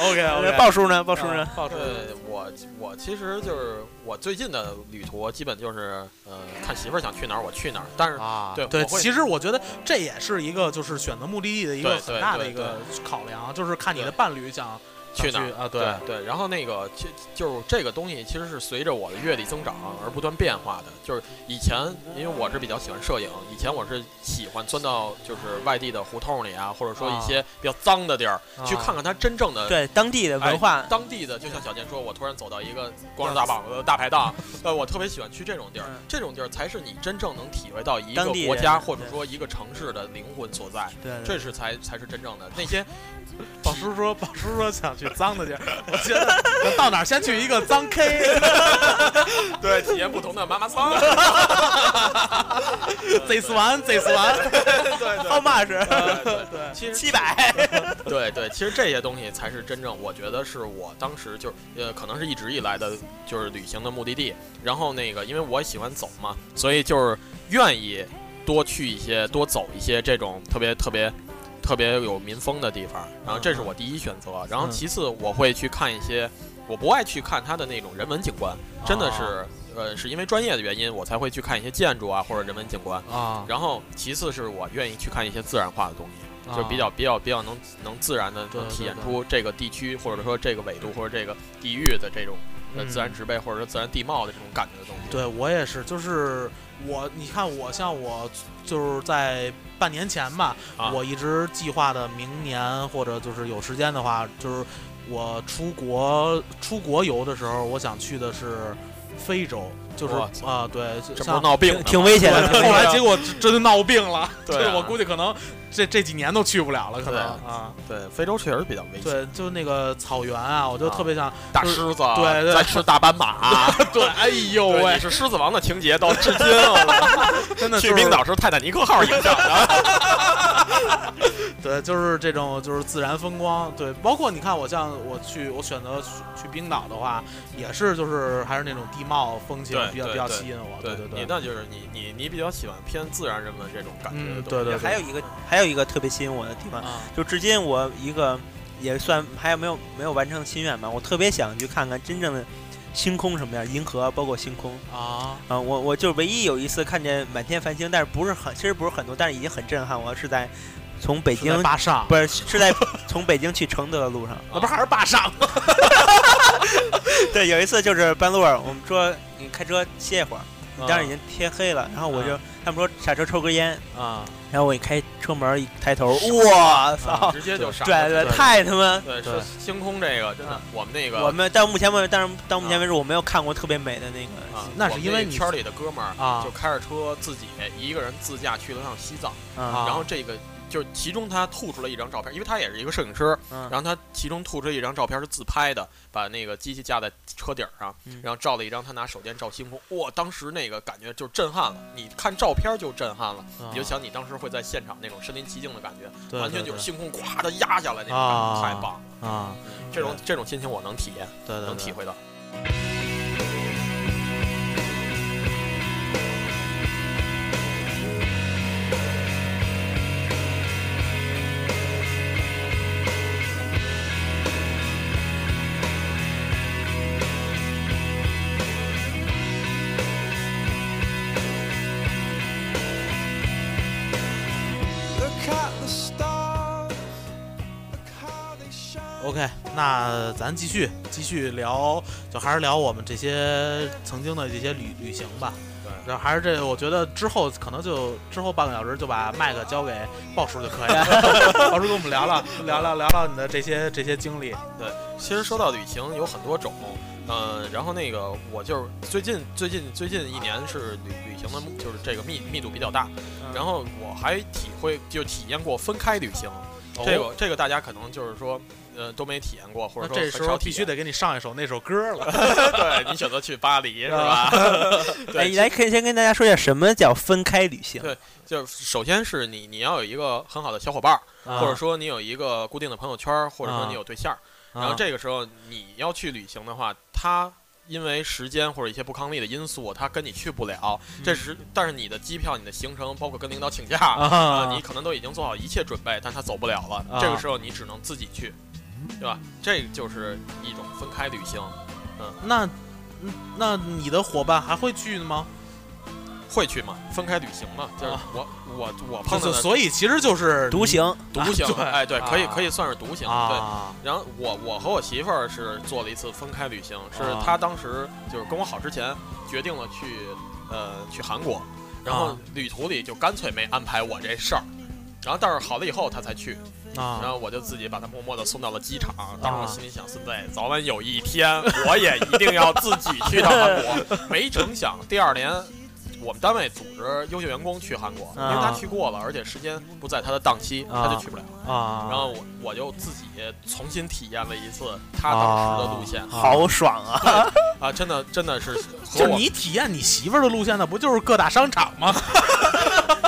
Speaker 1: OK
Speaker 2: 报数呢？报数
Speaker 4: 啊
Speaker 2: 呢？
Speaker 1: 报数
Speaker 4: 对，我我其实就是我最近的旅途，基本就是呃，看媳妇儿想去哪儿我去哪儿，但是
Speaker 1: 啊，
Speaker 4: 对
Speaker 1: 对，
Speaker 4: 我会
Speaker 1: 其实我觉得这也是一个就是选择目的地的一个啊
Speaker 4: 对
Speaker 1: 很大的
Speaker 4: 对
Speaker 1: 一个考量，就是看你的伴侣想
Speaker 4: 去哪
Speaker 1: 想
Speaker 4: 儿
Speaker 1: 去啊
Speaker 4: 对
Speaker 1: 对
Speaker 4: 对，然后那个其就是这个东西其实是随着我的阅历增长而不断变化的。就是以前因为我是比较喜欢摄影，以前我是喜欢钻到就是外地的胡同里啊，或者说一些比较脏的地儿、去看看它真正的。
Speaker 2: 啊对当地的
Speaker 4: 哎
Speaker 2: 文化，
Speaker 4: 当地的，就像小健说，我突然走到一个光着大膀子的大排档，呃，我特别喜欢去这种地儿
Speaker 2: 嗯，
Speaker 4: 这种地儿才是你真正能体会到一个
Speaker 2: 当地
Speaker 4: 国
Speaker 2: 人
Speaker 4: 家
Speaker 2: 对嗯
Speaker 4: 或者说一个城市的灵魂所在，
Speaker 2: 对对
Speaker 4: 这是才才是真正的那 些
Speaker 1: 宝叔说，宝叔说想去脏的地儿，我觉得我到哪儿先去一个脏 K，
Speaker 4: 对体验不同的妈妈桑。啊
Speaker 1: 贼死完贼死完。
Speaker 2: How much？
Speaker 4: 对对，其实
Speaker 2: 七百。
Speaker 4: 对对，其实这些东西才是真正，我觉得是我当时就是呃，可能是一直以来的就是旅行的目的地。然后那个，因为我喜欢走嘛，所以就是愿意多去一些，多走一些这种特别特别。特别有民风的地方，然后这是我第一选择，然后其次我会去看一些，我不爱去看它的那种人文景观，真的是，呃，是因为专业的原因，我才会去看一些建筑啊或者人文景观，
Speaker 1: 啊，
Speaker 4: 然后其次是我愿意去看一些自然化的东西，就比较比较比较能能自然的
Speaker 1: 啊对对
Speaker 4: 体验
Speaker 1: 对
Speaker 4: 出这个地区或者说这个纬度或者这个地域的这种呃
Speaker 1: 嗯
Speaker 4: 自然植被或者说自然地貌的这种感觉的东西。
Speaker 1: 对我也是，就是我，你看我像我就是在半年前吧，
Speaker 4: 啊
Speaker 1: 我一直计划的明年或者就是有时间的话，就是我出国出国游的时候，我想去的是非洲，就是
Speaker 4: 哇塞
Speaker 1: 啊、对，
Speaker 4: 这不
Speaker 1: 像
Speaker 4: 是闹病
Speaker 2: 挺
Speaker 4: 呢
Speaker 2: 挺
Speaker 4: 吗
Speaker 2: 危险的
Speaker 1: 对
Speaker 4: 对
Speaker 1: 后来
Speaker 4: 啊
Speaker 1: 结果这这就闹病了，
Speaker 4: 对啊
Speaker 1: 我估计可能这这几年都去不了了，可能
Speaker 4: 对
Speaker 1: 啊，
Speaker 4: 对，非洲确实比较危险，
Speaker 1: 对，就那个草原啊，我就
Speaker 4: 啊
Speaker 1: 特别 想，
Speaker 4: 大
Speaker 1: 就是
Speaker 4: 狮子啊，
Speaker 1: 对对
Speaker 4: 咱吃大斑马。啊
Speaker 1: 对，哎呦
Speaker 4: 对，
Speaker 1: 喂
Speaker 4: 你，是狮子王的情节到至今啊，
Speaker 1: 真的
Speaker 4: 去
Speaker 1: 就是
Speaker 4: 冰岛是泰坦尼克号影响的。
Speaker 1: 对，就是这种就是自然风光，对，包括你看我像我去我选择去去冰岛的话，也是就是还是那种地貌风情
Speaker 4: 对
Speaker 1: 比较
Speaker 4: 对
Speaker 1: 比较
Speaker 4: 对
Speaker 1: 吸引我，对
Speaker 4: 你那就是你你你比较喜欢偏自然人文这种感觉的
Speaker 1: 嗯
Speaker 4: 东
Speaker 1: 对
Speaker 4: 西。
Speaker 1: 对
Speaker 2: 还有一个还有一个特别吸引我的地方，
Speaker 1: 啊
Speaker 2: 就至今我一个也算还有没有没有完成心愿吧，我特别想去看看真正的星空什么样，银河包括星空
Speaker 1: 啊
Speaker 2: 啊、我我就唯一有一次看见满天繁星，但是不是很，其实不是很多，但是已经很震撼。我是在从北
Speaker 1: 北
Speaker 2: 京
Speaker 1: 坝上，
Speaker 2: 不是是在从北京去承德的路上。
Speaker 1: 那不还是坝上吗？
Speaker 2: 对，有一次就是半路儿，我们说你开车歇一会儿，当时已经天黑了，然后我就他们说下车抽根烟，
Speaker 1: 啊，
Speaker 2: 然后我一开车门一抬 头，啊我操！
Speaker 4: 直接就傻
Speaker 2: 对
Speaker 4: 了。
Speaker 2: 对，
Speaker 1: 对
Speaker 2: 太他妈
Speaker 4: 对，
Speaker 1: 对
Speaker 4: 是星空这个真的
Speaker 2: 啊，
Speaker 4: 我们那个
Speaker 2: 我们到目前为止，但是到目前为止我没有看过特别美的那个
Speaker 4: 啊，
Speaker 1: 那
Speaker 4: 我
Speaker 1: 是
Speaker 4: 们
Speaker 1: 因为你
Speaker 4: 圈里的哥们儿
Speaker 1: 啊
Speaker 4: 就开着车自己一个人自驾去了趟西藏，
Speaker 2: 啊
Speaker 4: 然后这个就其中他吐出了一张照片，因为他也是一个摄影师，
Speaker 2: 嗯
Speaker 4: 然后他其中吐出一张照片是自拍的，把那个机器架在车顶上
Speaker 2: 嗯，
Speaker 4: 然后照了一张他拿手电照星空，哇，当时那个感觉就震撼了，你看照片就震撼了，
Speaker 1: 啊
Speaker 4: 你就想你当时会在现场那种身临其境的感觉，
Speaker 1: 对
Speaker 4: 完全
Speaker 1: 对
Speaker 4: 就是
Speaker 1: 对
Speaker 4: 星空咵的压下来那种
Speaker 1: 啊
Speaker 4: 感觉，太棒了，
Speaker 1: 啊，
Speaker 4: 这种这种心情我能体验，
Speaker 1: 对对
Speaker 4: 能
Speaker 1: 对，
Speaker 4: 体会到。
Speaker 6: Look at the stars, look how they shine.
Speaker 1: OK，那咱继续继续聊，就还是聊我们这些曾经的这些旅旅行吧。
Speaker 4: 对
Speaker 1: 然后还是这，我觉得之后可能就之后半个小时就把麦克交给鲍叔就可以 了。鲍叔跟我们聊聊聊聊聊聊你的这些这些经历。
Speaker 4: 哦其实说到旅行有很多种，嗯、然后那个我就是最近最近最近一年是旅旅行的，就是这个密密度比较大，
Speaker 1: 嗯
Speaker 4: 然后我还体会就体验过分开旅行，
Speaker 1: 哦
Speaker 4: 这个这个大家可能就是说呃都没体验过，或
Speaker 1: 那
Speaker 4: 者说
Speaker 1: 这时
Speaker 4: 很少
Speaker 1: 候
Speaker 4: 体
Speaker 1: 必
Speaker 4: 验
Speaker 1: 须得给你上一首那首歌了。
Speaker 4: 对你选择去巴黎是吧？
Speaker 2: 哎，
Speaker 4: 对，
Speaker 2: 你来可以先跟大家说一下什么叫分开旅行
Speaker 4: 对就是首先是你你要有一个很好的小伙伴儿，或者说你有一个固定的朋友圈儿，或者说
Speaker 1: 啊
Speaker 4: 你有对象儿。
Speaker 1: 啊，
Speaker 4: 然后这个时候你要去旅行的话，他因为时间或者一些不抗力的因素，他跟你去不了。
Speaker 1: 嗯
Speaker 4: 这时，但是你的机票、你的行程，包括跟领导请假，
Speaker 1: 啊
Speaker 4: 呃，你可能都已经做好一切准备，但他走不了了。
Speaker 1: 啊
Speaker 4: 这个时候你只能自己去，对吧？这就是一种分开旅行。
Speaker 1: 那嗯那你的伙伴还会去吗？
Speaker 4: 会去嘛，分开旅行嘛，就是
Speaker 1: 啊
Speaker 4: 我我我
Speaker 1: 就
Speaker 4: 碰到
Speaker 1: 是
Speaker 4: 的
Speaker 1: 所以其实就是
Speaker 2: 独行
Speaker 4: 独行
Speaker 1: 啊，对
Speaker 4: 哎，对，可以
Speaker 1: 啊
Speaker 4: 可以算是独行，对。
Speaker 1: 啊，
Speaker 4: 然后我我和我媳妇儿是做了一次分开旅行，是
Speaker 1: 啊
Speaker 4: 她当时就是跟我好之前决定了去呃去韩国，然后
Speaker 1: 啊
Speaker 4: 旅途里就干脆没安排我这事儿，然后但是好了以后她才去，
Speaker 1: 啊，
Speaker 4: 然后我就自己把她默默的送到了机场。当时我心里想，孙子，早晚有一天我也一定要自己去趟韩国。没成想第二年。我们单位组织优秀员工去韩国，因为他去过了，而且时间不在他的档期，他就去不了。
Speaker 1: 啊，
Speaker 4: 然后我我就自己重新体验了一次他当时的路线
Speaker 1: 啊
Speaker 2: 好爽啊！
Speaker 4: 啊，真的真 的是和
Speaker 1: 就
Speaker 4: 我
Speaker 1: 你体验你媳妇儿的路线，那不就是各大商场 吗？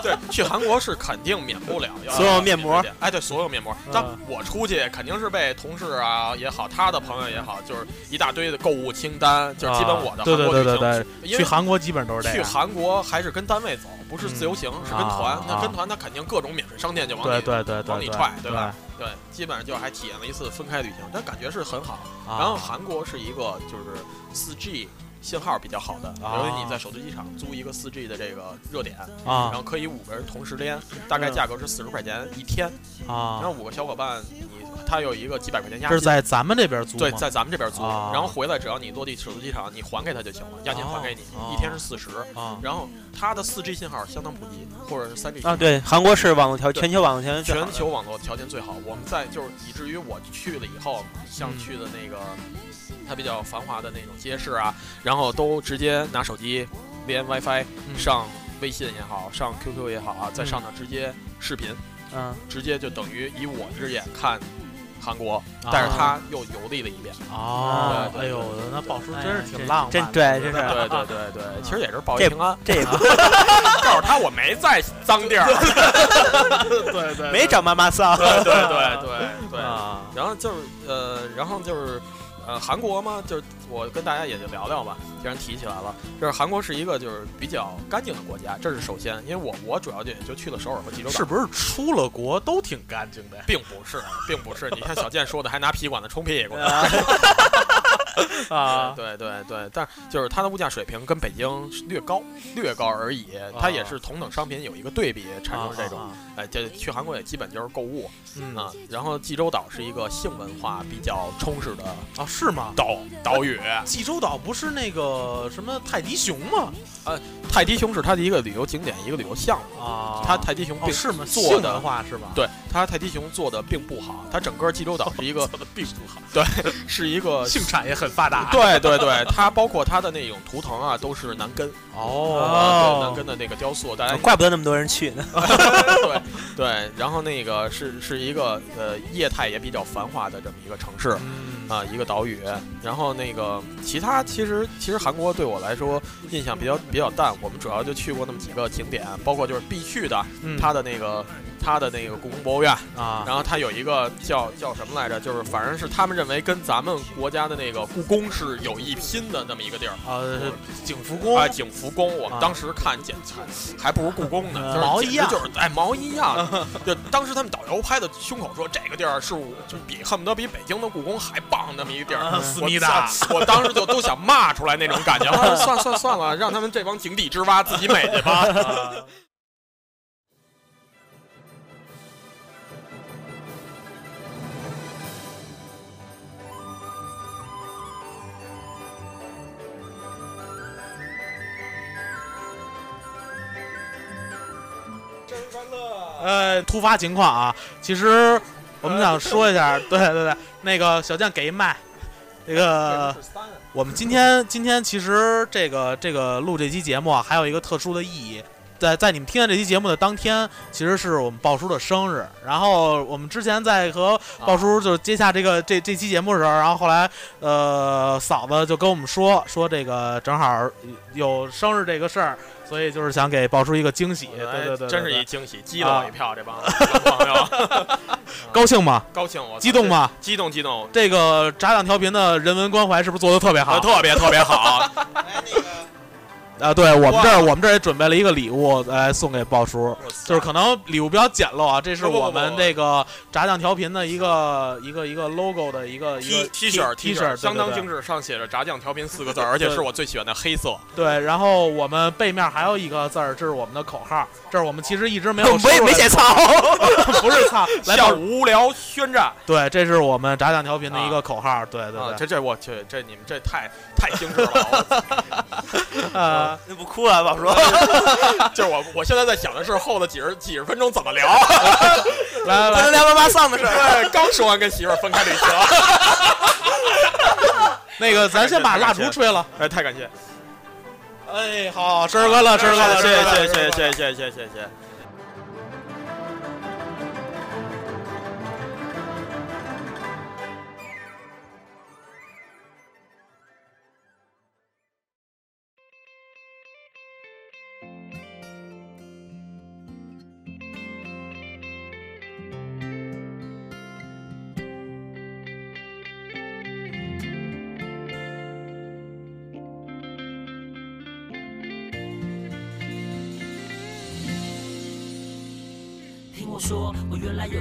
Speaker 4: 对去韩国是肯定免不了要
Speaker 2: 所有面膜
Speaker 4: 免费店哎，对所有面膜。
Speaker 1: 嗯
Speaker 4: 但我出去肯定是被同事啊也好，他的朋友也好，就是一大堆的购物清单，就是基本我的
Speaker 1: 啊对
Speaker 4: 韩
Speaker 1: 对对
Speaker 4: 国旅行
Speaker 1: 对
Speaker 4: 是
Speaker 1: 对，
Speaker 4: 因
Speaker 1: 去
Speaker 4: 为
Speaker 1: 韩国基本都是这
Speaker 4: 去
Speaker 1: 样。
Speaker 4: 韩国还是跟单位走，不是自由行，是跟团
Speaker 1: 啊。
Speaker 4: 那
Speaker 1: 啊
Speaker 4: 跟团他肯定各种免税商店就往
Speaker 1: 对
Speaker 4: 里
Speaker 1: 对对对
Speaker 4: 往里
Speaker 1: 对，
Speaker 4: 踹
Speaker 1: 对
Speaker 4: 对吧？对，基本上就还体验了一次分开旅行，但感觉是很好。
Speaker 1: 啊
Speaker 4: 然后韩国是一个就是四 G 信号比较好的，比
Speaker 1: 啊
Speaker 4: 如你在首都机场租一个四 G 的这个热点，然
Speaker 1: 啊
Speaker 4: 后可以五个人同时连，大概价格是四十块钱一天，然
Speaker 1: 啊，
Speaker 4: 后五个小伙伴你他有一个几百块钱押
Speaker 1: 这是
Speaker 4: 金。
Speaker 1: 在咱们这边租
Speaker 4: 对，
Speaker 1: 吗
Speaker 4: 在咱们这边租，
Speaker 1: 啊
Speaker 4: 然后回来只要你落地首都机场，你还给他就行了，押金还给你，
Speaker 1: 哦
Speaker 4: 一天是四十。
Speaker 1: 啊
Speaker 4: 然后它的四 G 信号相当普及，或者是三 G 信
Speaker 2: 啊，
Speaker 4: 号，
Speaker 2: 对，韩国是网络条
Speaker 4: 对
Speaker 2: 全球网络条件最好
Speaker 4: 全
Speaker 2: 的
Speaker 4: 球网络条件最好。我们在就是以至于我去了以后，像
Speaker 1: 嗯
Speaker 4: 去的那个它比较繁华的那种街市啊，然后都直接拿手机连 WiFi
Speaker 1: 嗯
Speaker 4: 上微信也好，上 QQ 也好啊，在上头直接视频，
Speaker 2: 嗯
Speaker 4: 直接就等于以我之眼看韩国，但是他又游历了一遍。
Speaker 1: 哦，
Speaker 4: 对
Speaker 1: 哎
Speaker 4: 对
Speaker 1: 呦，那宝叔真是
Speaker 2: 哎
Speaker 1: 挺
Speaker 2: 呀
Speaker 1: 浪漫
Speaker 2: 真
Speaker 1: 的，
Speaker 2: 对真是
Speaker 4: 对对对对，其实也是报一平安，
Speaker 2: 这也不
Speaker 4: 告诉他我没在脏地儿。
Speaker 1: 对对
Speaker 2: 没找妈妈桑，
Speaker 4: 对对对对对。
Speaker 1: 啊
Speaker 4: 然后就是呃，然后就是呃，韩国嘛，就是我跟大家也就聊聊吧，既然提起来了，就是韩国是一个就是比较干净的国家，这是首先，因为我我主要就也就去了首尔和济州岛。
Speaker 1: 是不是出了国都挺干净的呀？
Speaker 4: 并不是，并不是。你看小健说的，还拿皮管子冲屁股呢。
Speaker 1: 啊
Speaker 4: 对对对，但是就是它的物价水平跟北京是略高，略高而已。它也是同等商品有一个对比，产生这种。
Speaker 1: 啊
Speaker 4: 哎，这去韩国也基本就是购物
Speaker 1: 嗯
Speaker 4: 啊。然后济州岛是一个性文化比较充实的
Speaker 1: 啊是吗？
Speaker 4: 岛岛屿。
Speaker 1: 济州岛不是那个什么泰迪熊吗？
Speaker 4: 泰迪熊是它的一个旅游景点，一个旅游项目。
Speaker 1: 啊
Speaker 4: 它泰迪熊
Speaker 1: 哦
Speaker 4: 并
Speaker 1: 是吗？
Speaker 4: 做
Speaker 1: 性文
Speaker 4: 的
Speaker 1: 化是吧？
Speaker 4: 对它泰迪熊做的并不好，它整个济州岛是 一个并不好，对，是一个
Speaker 1: 性产业很发达
Speaker 4: 对对对，它包括它的那种图腾啊，都是南根啊，对南
Speaker 1: 哦，
Speaker 4: 根的那个雕塑，大家
Speaker 2: 怪不得那么多人去呢。
Speaker 4: 对对，然后那个是是一个呃业态也比较繁华的这么一个城市
Speaker 1: 嗯
Speaker 4: 啊、一个岛屿。然后那个其他其实其实韩国对我来说印象比较比较淡，我们主要就去过那么几个景点，包括就是必去的，
Speaker 1: 嗯
Speaker 4: 它的那个它的那个故宫博物院，
Speaker 1: 啊
Speaker 4: 然后它有一个叫叫什么来着，就是反正是他们认为跟咱们国家的那个故宫是有一拼的那么一个地儿。
Speaker 1: 啊景福宫
Speaker 4: 啊，景福宫，我
Speaker 1: 啊嗯
Speaker 4: 们当时看简直还不如故宫呢，就是
Speaker 1: 毛啊
Speaker 4: 简
Speaker 1: 一
Speaker 4: 直
Speaker 1: 样
Speaker 4: 就是哎毛一样， 就当时他们导游拍的胸口说这个地儿是我就比恨不得比北京的故宫还棒那么一个地儿，我
Speaker 1: 啊思密
Speaker 4: 操
Speaker 1: 达
Speaker 4: 我当时就都想骂出来那种 感觉，我说算算算了，让他们这帮井底之蛙自己美去吧。
Speaker 1: 呃，突发情况啊，其实我们想说一下，对对对，那个小健给一麦，这 个我们今天今天其实这个这个录这期节目啊，还有一个特殊的意义。在在你们听见这期节目的当天，其实是我们鲍叔的生日。然后我们之前在和
Speaker 4: 啊
Speaker 1: 鲍叔就是接下这个 这这期节目的时候，然后后来呃嫂子就跟我们说说这个正好有生日这个事儿，所以就是想给鲍叔一个惊喜。对对对对对
Speaker 4: 哎真是一惊喜，激了
Speaker 1: 啊
Speaker 4: 我一票，这帮这帮朋友
Speaker 1: 高兴吗？
Speaker 4: 高兴我操
Speaker 1: 激动？吗？
Speaker 4: 激动激动，
Speaker 1: 这个炸酱调频的人文关怀是不是做的特别好？
Speaker 4: 特别特别好。
Speaker 2: 哎，那个
Speaker 1: 啊，对我们这儿我们这儿也准备了一个礼物来送给鲍叔，就是可能礼物比较简陋啊，这是
Speaker 4: 不不不
Speaker 1: 我们这个炸酱调频的一个一个一个 logo 的一个一个
Speaker 4: T T 恤
Speaker 1: T
Speaker 4: 恤
Speaker 1: 恤，
Speaker 4: 相当
Speaker 1: 致。对
Speaker 4: 精致，上写着“炸酱调频”四个字儿，而且是我最喜欢的黑色。
Speaker 1: 对，然后我们背面还有一个字儿，这是我们的口号，这是哎我们其实一直没 有
Speaker 2: 我
Speaker 1: 说
Speaker 2: 也
Speaker 1: 出
Speaker 2: 没
Speaker 1: 来
Speaker 2: 写
Speaker 1: 的，
Speaker 2: 操，
Speaker 1: 不是操，来吧
Speaker 4: 向无聊宣战
Speaker 1: 对，这是我们炸酱调频的一个口号，对
Speaker 4: 啊！
Speaker 1: 对
Speaker 4: 这
Speaker 1: 对，
Speaker 4: 这我去，这你们这太太精致了。啊
Speaker 1: 呃，
Speaker 2: 那不哭啊，宝 叔。
Speaker 4: 我就是我，我现在在想的是后头几十几十分钟怎么聊。
Speaker 1: 来来
Speaker 2: 咱
Speaker 1: 来，
Speaker 2: 们聊妈妈丧的事儿。
Speaker 4: 对，刚说完跟媳妇儿分开旅 行，
Speaker 1: 那个咱先把
Speaker 4: 太感
Speaker 1: 蜡
Speaker 4: 谢
Speaker 1: 烛吹了，
Speaker 4: 哎，太感 谢，
Speaker 1: 哎，好，吃哥了，吃哥了，吃
Speaker 4: 谢
Speaker 1: 哥了
Speaker 4: 谢谢谢谢谢谢谢谢。
Speaker 8: 听我说，我原来有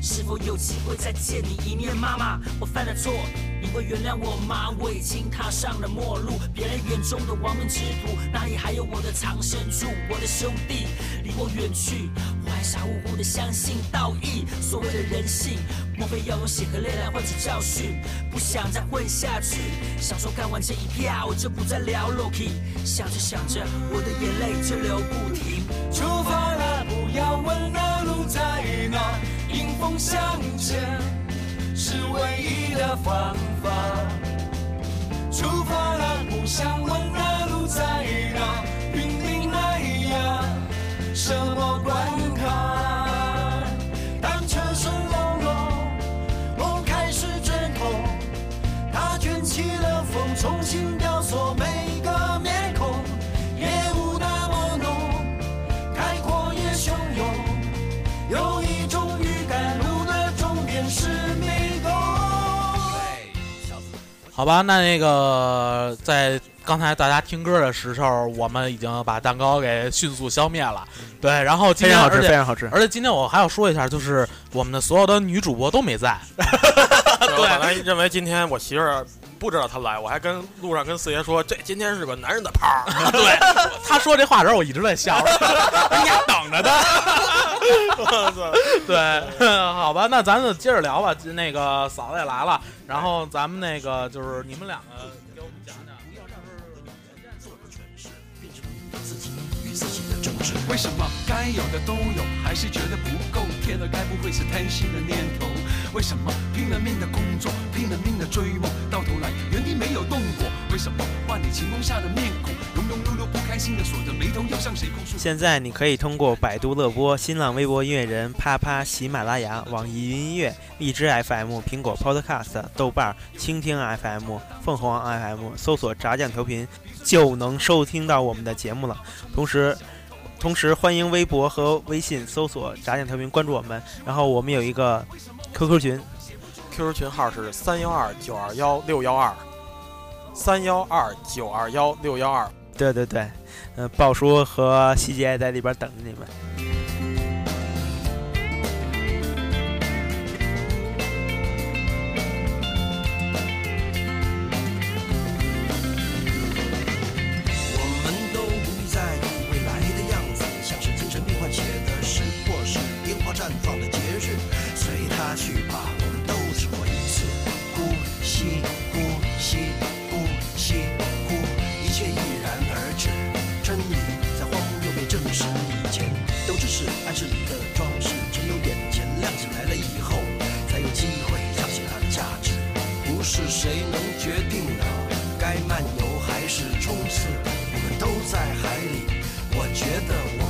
Speaker 8: 是否有机会再见你一面？妈妈，我犯了错，你会原谅我吗？我已经踏上了末路，别人眼中的亡命之徒，哪里还有我的藏身处？我的兄弟离我远去，我还傻乎乎的相信道义，所谓的人性，莫非要用血和泪来换取教训？不想再混下去，想说干完这一票，我就不再聊 Loki。想着想着，我的眼泪就流不停。
Speaker 9: 出发了，不要问那路在哪，迎风向前是唯一的方法。出发了，不想问那路在哪，云顶那呀，什么关卡？当车声隆隆，梦开始卷筒，它卷起了风，重新雕塑每个面孔，也不那么浓。开阔也汹涌，有一种预感，路的终点是迷宫。
Speaker 1: 好吧，那那个在刚才大家听歌的时候，我们已经把蛋糕给迅速消灭了，对，然后今天而且
Speaker 2: 嗯常好吃。
Speaker 1: 而且今天我还要说一下，就是我们的所有的女主播都没 在，
Speaker 4: 我本来认为今天我媳妇儿不知道她来，我还跟路上跟四爷说，这今天是个男人的趴儿。
Speaker 1: 他说这话的时候，我一直在 笑，人家等着他。 对， 好吧，那咱就接着聊吧。那个嫂子也来了，然后咱们那个就是你们两个给我们讲讲。
Speaker 9: 为什么该有的都有，还是觉得不够？天哪，该不会是贪心的念头？为什么拼了命的工作，拼了命的追梦，到头来原地没有动过？为什么万里晴空下的面孔，庸庸碌碌不开心的锁着眉头，要向谁哭诉？
Speaker 2: 现在你可以通过百度乐播、新浪微博音乐人、啪啪、喜马拉雅、网易云音乐、荔枝 FM、苹果 Podcast、豆瓣、蜻蜓 FM、凤凰 FM 搜索“炸酱调频”，就能收听到我们的节目了。同时，同时欢迎微博和微信搜索“炸酱调频”关注我们。然后我们有一个 QQ 群，
Speaker 4: QQ 群号是三幺二九二幺六幺二，三幺二九二幺六幺二。
Speaker 2: 对对对，呃，鲍叔和西姐也在里边等着你们。
Speaker 9: 我们都不再以未来的样子，像是精神病患写的诗，或是烟花绽放的节日。随它去吧，我们都只活一次。呼吸，呼吸，呼吸，呼，一切已然而止。真理在荒谬被证实以前，都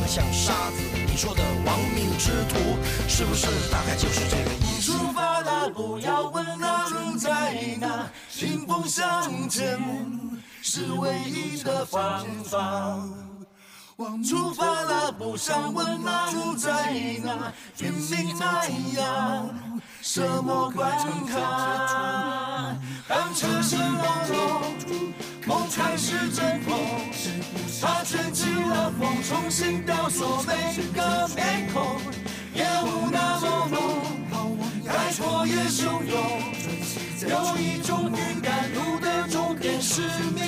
Speaker 6: 像沙子。你说的亡命之徒，是不是大概就是这个意思？出发了，不要问那路在哪，迎风向前是唯一的方法。出发了，不想问那路在哪，拼命爱呀，什么关卡？当车声朦胧，梦才是真梦。它卷起了风，重新雕塑每个面孔，也无那么浓，开阔也汹涌。有一种云赶路的终点是迷